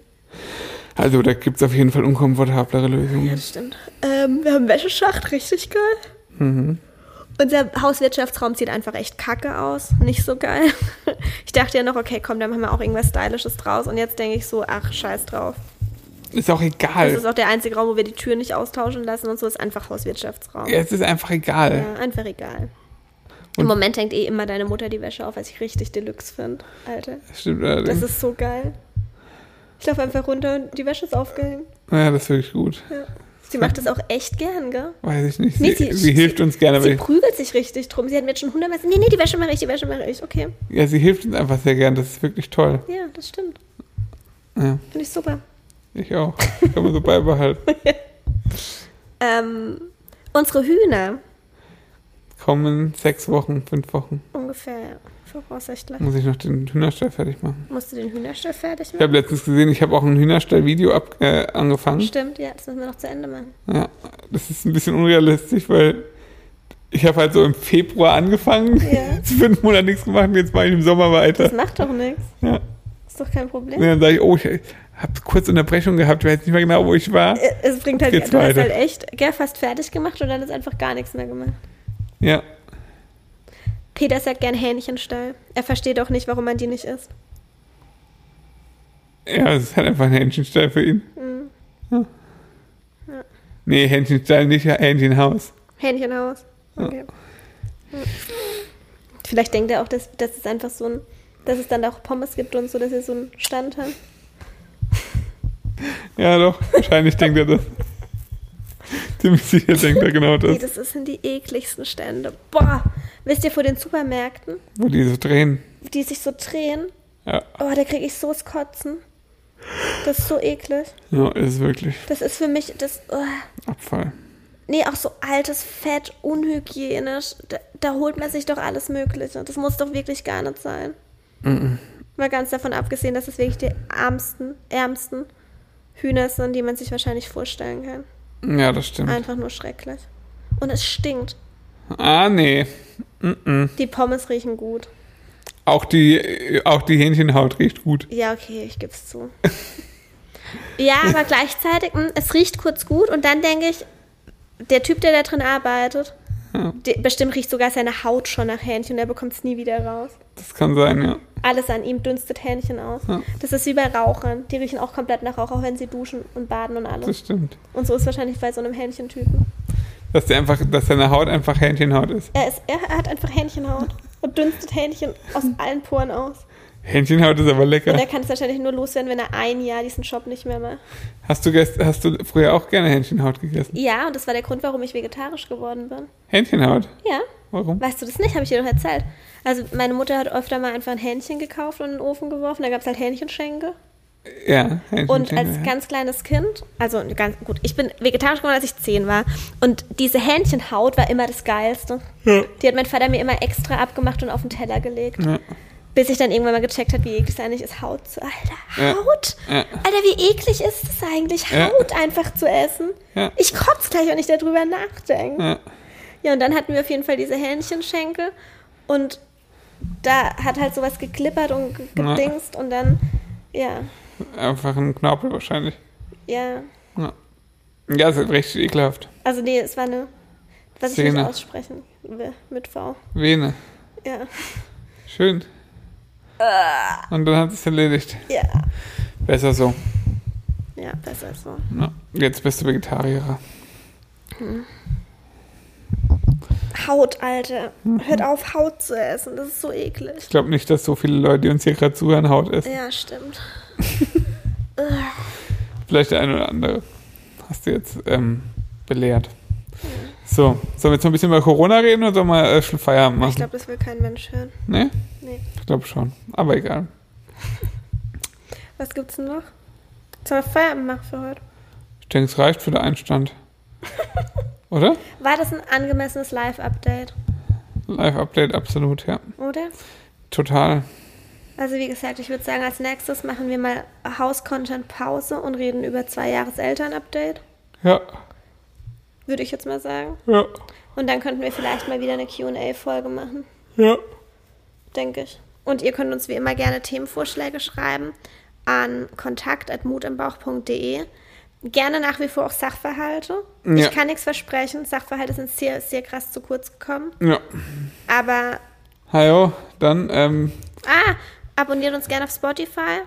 S1: Also, da gibt es auf jeden Fall unkomfortablere
S2: Ja,
S1: Lösungen.
S2: das stimmt. Ähm, wir haben einen Wäscheschacht, richtig geil.
S1: Mhm.
S2: Unser Hauswirtschaftsraum sieht einfach echt kacke aus. Nicht so geil. <laughs> Ich dachte ja noch, okay, komm, dann machen wir auch irgendwas Stylisches draus. Und jetzt denke ich so, ach, scheiß drauf.
S1: Ist auch
S2: Das ist
S1: egal.
S2: auch der einzige Raum, wo wir die Tür nicht austauschen lassen und so ist einfach Hauswirtschaftsraum.
S1: Ja, es ist einfach egal.
S2: Ja, einfach egal. Im Moment hängt eh immer deine Mutter die Wäsche auf, was ich richtig Deluxe finde, Alter.
S1: Stimmt
S2: Das
S1: allerdings.
S2: ist so geil. Ich laufe einfach runter und die Wäsche ist aufgehängt.
S1: ja, das ist wirklich gut.
S2: Ja. Sie macht das auch echt gern, gell?
S1: Weiß ich nicht. Sie,
S2: Nee,
S1: sie,
S2: sie-
S1: hilft uns gerne.
S2: sie
S1: aber ich-
S2: prügelt sich richtig drum. Sie hat mir jetzt schon hundertmal gesagt, nee, nee, die Wäsche mache ich, die Wäsche mache ich. Okay,
S1: Ja, sie hilft uns einfach sehr gern. Das ist wirklich toll.
S2: ja, das stimmt.
S1: Ja,
S2: Finde ich super.
S1: ich auch. Kann man so beibehalten.
S2: Ähm, unsere Hühner
S1: Kommen sechs Wochen, fünf Wochen.
S2: ungefähr, ja, voraussichtlich.
S1: Muss ich noch den Hühnerstall fertig machen.
S2: Musst du den Hühnerstall fertig
S1: Ich habe
S2: machen?
S1: letztens gesehen, ich habe auch ein Hühnerstall-Video ab, äh, angefangen.
S2: Stimmt, ja, das müssen wir noch zu Ende machen.
S1: Ja, das ist ein bisschen unrealistisch, weil ich habe halt so im Februar angefangen, <laughs>
S2: Ja.
S1: jetzt fünf Monate nichts gemacht und jetzt mache ich im Sommer
S2: Das
S1: <laughs> weiter.
S2: macht doch nichts.
S1: Ja.
S2: Ist doch kein Problem.
S1: Und dann sage ich, oh, ich habe kurz Unterbrechung gehabt, ich weiß nicht mehr genau, wo ich war.
S2: Äh, Es bringt halt,
S1: Geht's
S2: du hast
S1: weiter.
S2: halt echt gell, fast fertig gemacht und dann ist einfach gar nichts mehr gemacht.
S1: Ja,
S2: Peter sagt gern Hähnchenstall. Er versteht auch nicht, warum man die nicht isst.
S1: ja, es ist halt einfach ein Hähnchenstall für ihn.
S2: Mhm.
S1: Ja.
S2: Ja.
S1: Nee, Hähnchenstall nicht, Hähnchenhaus.
S2: Hähnchenhaus.
S1: Ja.
S2: Okay. Ja. Vielleicht denkt er auch, dass, dass es einfach so ein, dass es dann auch Pommes gibt und so, dass ihr so einen Stand habt.
S1: Ja, doch, wahrscheinlich denkt er das. <laughs> Ziemlich sicher denkt er genau
S2: Nee,
S1: das,
S2: das sind die ekligsten Stände. Boah, wisst ihr vor den Supermärkten,
S1: wo die so drehen.
S2: die sich so drehen?
S1: Ja,
S2: Oh, da kriege ich so's Kotzen. Das ist so eklig.
S1: ja, ist wirklich
S2: Das ist für mich das. Oh.
S1: Abfall.
S2: Nee, auch so altes Fett, unhygienisch. Da, da holt man sich doch alles Mögliche. Das muss doch wirklich gar nicht sein.
S1: Mhm.
S2: Mal ganz davon abgesehen, dass es wirklich die ärmsten, ärmsten Hühner sind, die man sich wahrscheinlich vorstellen kann.
S1: Ja, das stimmt.
S2: Einfach nur schrecklich. Und es stinkt.
S1: Ah, nee. Mm-mm.
S2: Die Pommes riechen gut.
S1: Auch die, äh, auch die Hähnchenhaut riecht gut.
S2: Ja, okay, ich geb's zu. ja, aber gleichzeitig, mh, es riecht kurz gut und dann denke ich, der Typ, der da drin arbeitet,
S1: Ja.
S2: der, bestimmt riecht sogar seine Haut schon nach Hähnchen und er bekommt's nie wieder raus.
S1: Das kann sein, ja.
S2: Alles an ihm dünstet Hähnchen aus.
S1: Ja.
S2: Das ist wie bei Rauchern. Die riechen auch komplett nach Rauch, auch wenn sie duschen und baden und alles.
S1: Das stimmt.
S2: Und so ist wahrscheinlich bei so einem Hähnchentypen.
S1: Dass der einfach, dass seine Haut einfach Hähnchenhaut ist.
S2: Er, ist, er hat einfach Hähnchenhaut und dünstet Hähnchen aus allen Poren aus.
S1: Hähnchenhaut ist aber
S2: Und
S1: lecker.
S2: er kann es wahrscheinlich nur loswerden, wenn er ein Jahr diesen Job nicht mehr macht.
S1: Hast du gest, hast du früher auch gerne Hähnchenhaut gegessen?
S2: Ja, und das war der Grund, warum ich vegetarisch geworden bin.
S1: Hähnchenhaut?
S2: Ja,
S1: Warum?
S2: weißt du das nicht? Habe ich dir doch erzählt. Also meine Mutter hat öfter mal einfach ein Hähnchen gekauft und in den Ofen geworfen. Da gab es halt Hähnchenschenke.
S1: Ja, Hähnchenhaut.
S2: Und als ganz kleines Kind, also ganz gut, ich bin vegetarisch geworden, als ich zehn war. Und diese Hähnchenhaut war immer das Geilste.
S1: Ja.
S2: Die hat mein Vater mir immer extra abgemacht und auf den Teller gelegt.
S1: Ja.
S2: Bis ich dann irgendwann mal gecheckt habe, wie eklig es eigentlich ist, Haut zu. Alter,
S1: Ja.
S2: Haut?
S1: Ja.
S2: Alter, wie eklig ist es eigentlich,
S1: Ja.
S2: Haut einfach zu essen?
S1: Ja.
S2: Ich kotze gleich, wenn ich darüber nachdenke.
S1: Ja.
S2: Ja, und dann hatten wir auf jeden Fall diese Hähnchenschenkel und da hat halt sowas geklippert und ge-
S1: Ja.
S2: gedingst und dann, ja,
S1: Einfach ein Knorpel wahrscheinlich.
S2: ja.
S1: Ja. Ja, ist recht ekelhaft.
S2: Also nee, es war eine, was ich
S1: Szene.
S2: nicht aussprechen will mit V.
S1: Vene.
S2: Ja,
S1: Schön. Und dann hat es erledigt.
S2: ja,
S1: Besser so.
S2: ja, besser so.
S1: Ja. Jetzt bist du Vegetarierer.
S2: Haut, Alter. Hört auf, Haut zu essen. Das ist so eklig.
S1: Ich glaube nicht, dass so viele Leute, die uns hier gerade zuhören, Haut essen.
S2: Ja, stimmt.
S1: Vielleicht der eine oder andere. Hast du jetzt ähm, belehrt. So, sollen wir jetzt noch ein bisschen über Corona reden oder sollen wir äh, schon Feierabend machen?
S2: Ich glaube, das will kein Mensch hören.
S1: nee?
S2: Nee.
S1: Ich glaube schon. Aber egal.
S2: Was gibt's denn noch? Sollen wir Feierabend machen für heute?
S1: Ich denke, es reicht für den Einstand. oder?
S2: War das ein angemessenes Live-Update,
S1: Live-Update, absolut, ja.
S2: oder?
S1: Total.
S2: Also wie gesagt, ich würde sagen, als nächstes machen wir mal Haus-Content-Pause und reden über zwei Jahres Eltern-Update,
S1: Ja,
S2: würde ich jetzt mal sagen.
S1: ja,
S2: Und dann könnten wir vielleicht mal wieder eine Q&A-Folge machen,
S1: ja.
S2: denke ich. Und ihr könnt uns wie immer gerne Themenvorschläge schreiben an kontakt.mutimbauch.de. Gerne nach wie vor auch Sachverhalte.
S1: Ja.
S2: Ich kann nichts versprechen. Sachverhalte sind sehr, sehr krass zu kurz gekommen.
S1: Ja.
S2: Aber,
S1: Hallo, dann, ähm,
S2: ah, abonniert uns gerne auf Spotify.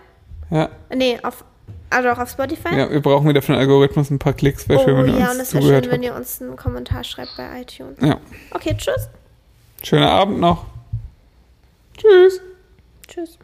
S1: ja.
S2: Nee, auf, also auch auf Spotify.
S1: ja, wir brauchen wieder für den Algorithmus ein paar Klicks. Wäre schön, wenn ihr
S2: Oh ja, und
S1: uns
S2: es wäre schön,
S1: zugehört
S2: wenn
S1: habt.
S2: ihr uns einen Kommentar schreibt bei iTunes.
S1: Ja,
S2: Okay, tschüss.
S1: Schönen Abend noch. Tschüss.
S2: Tschüss.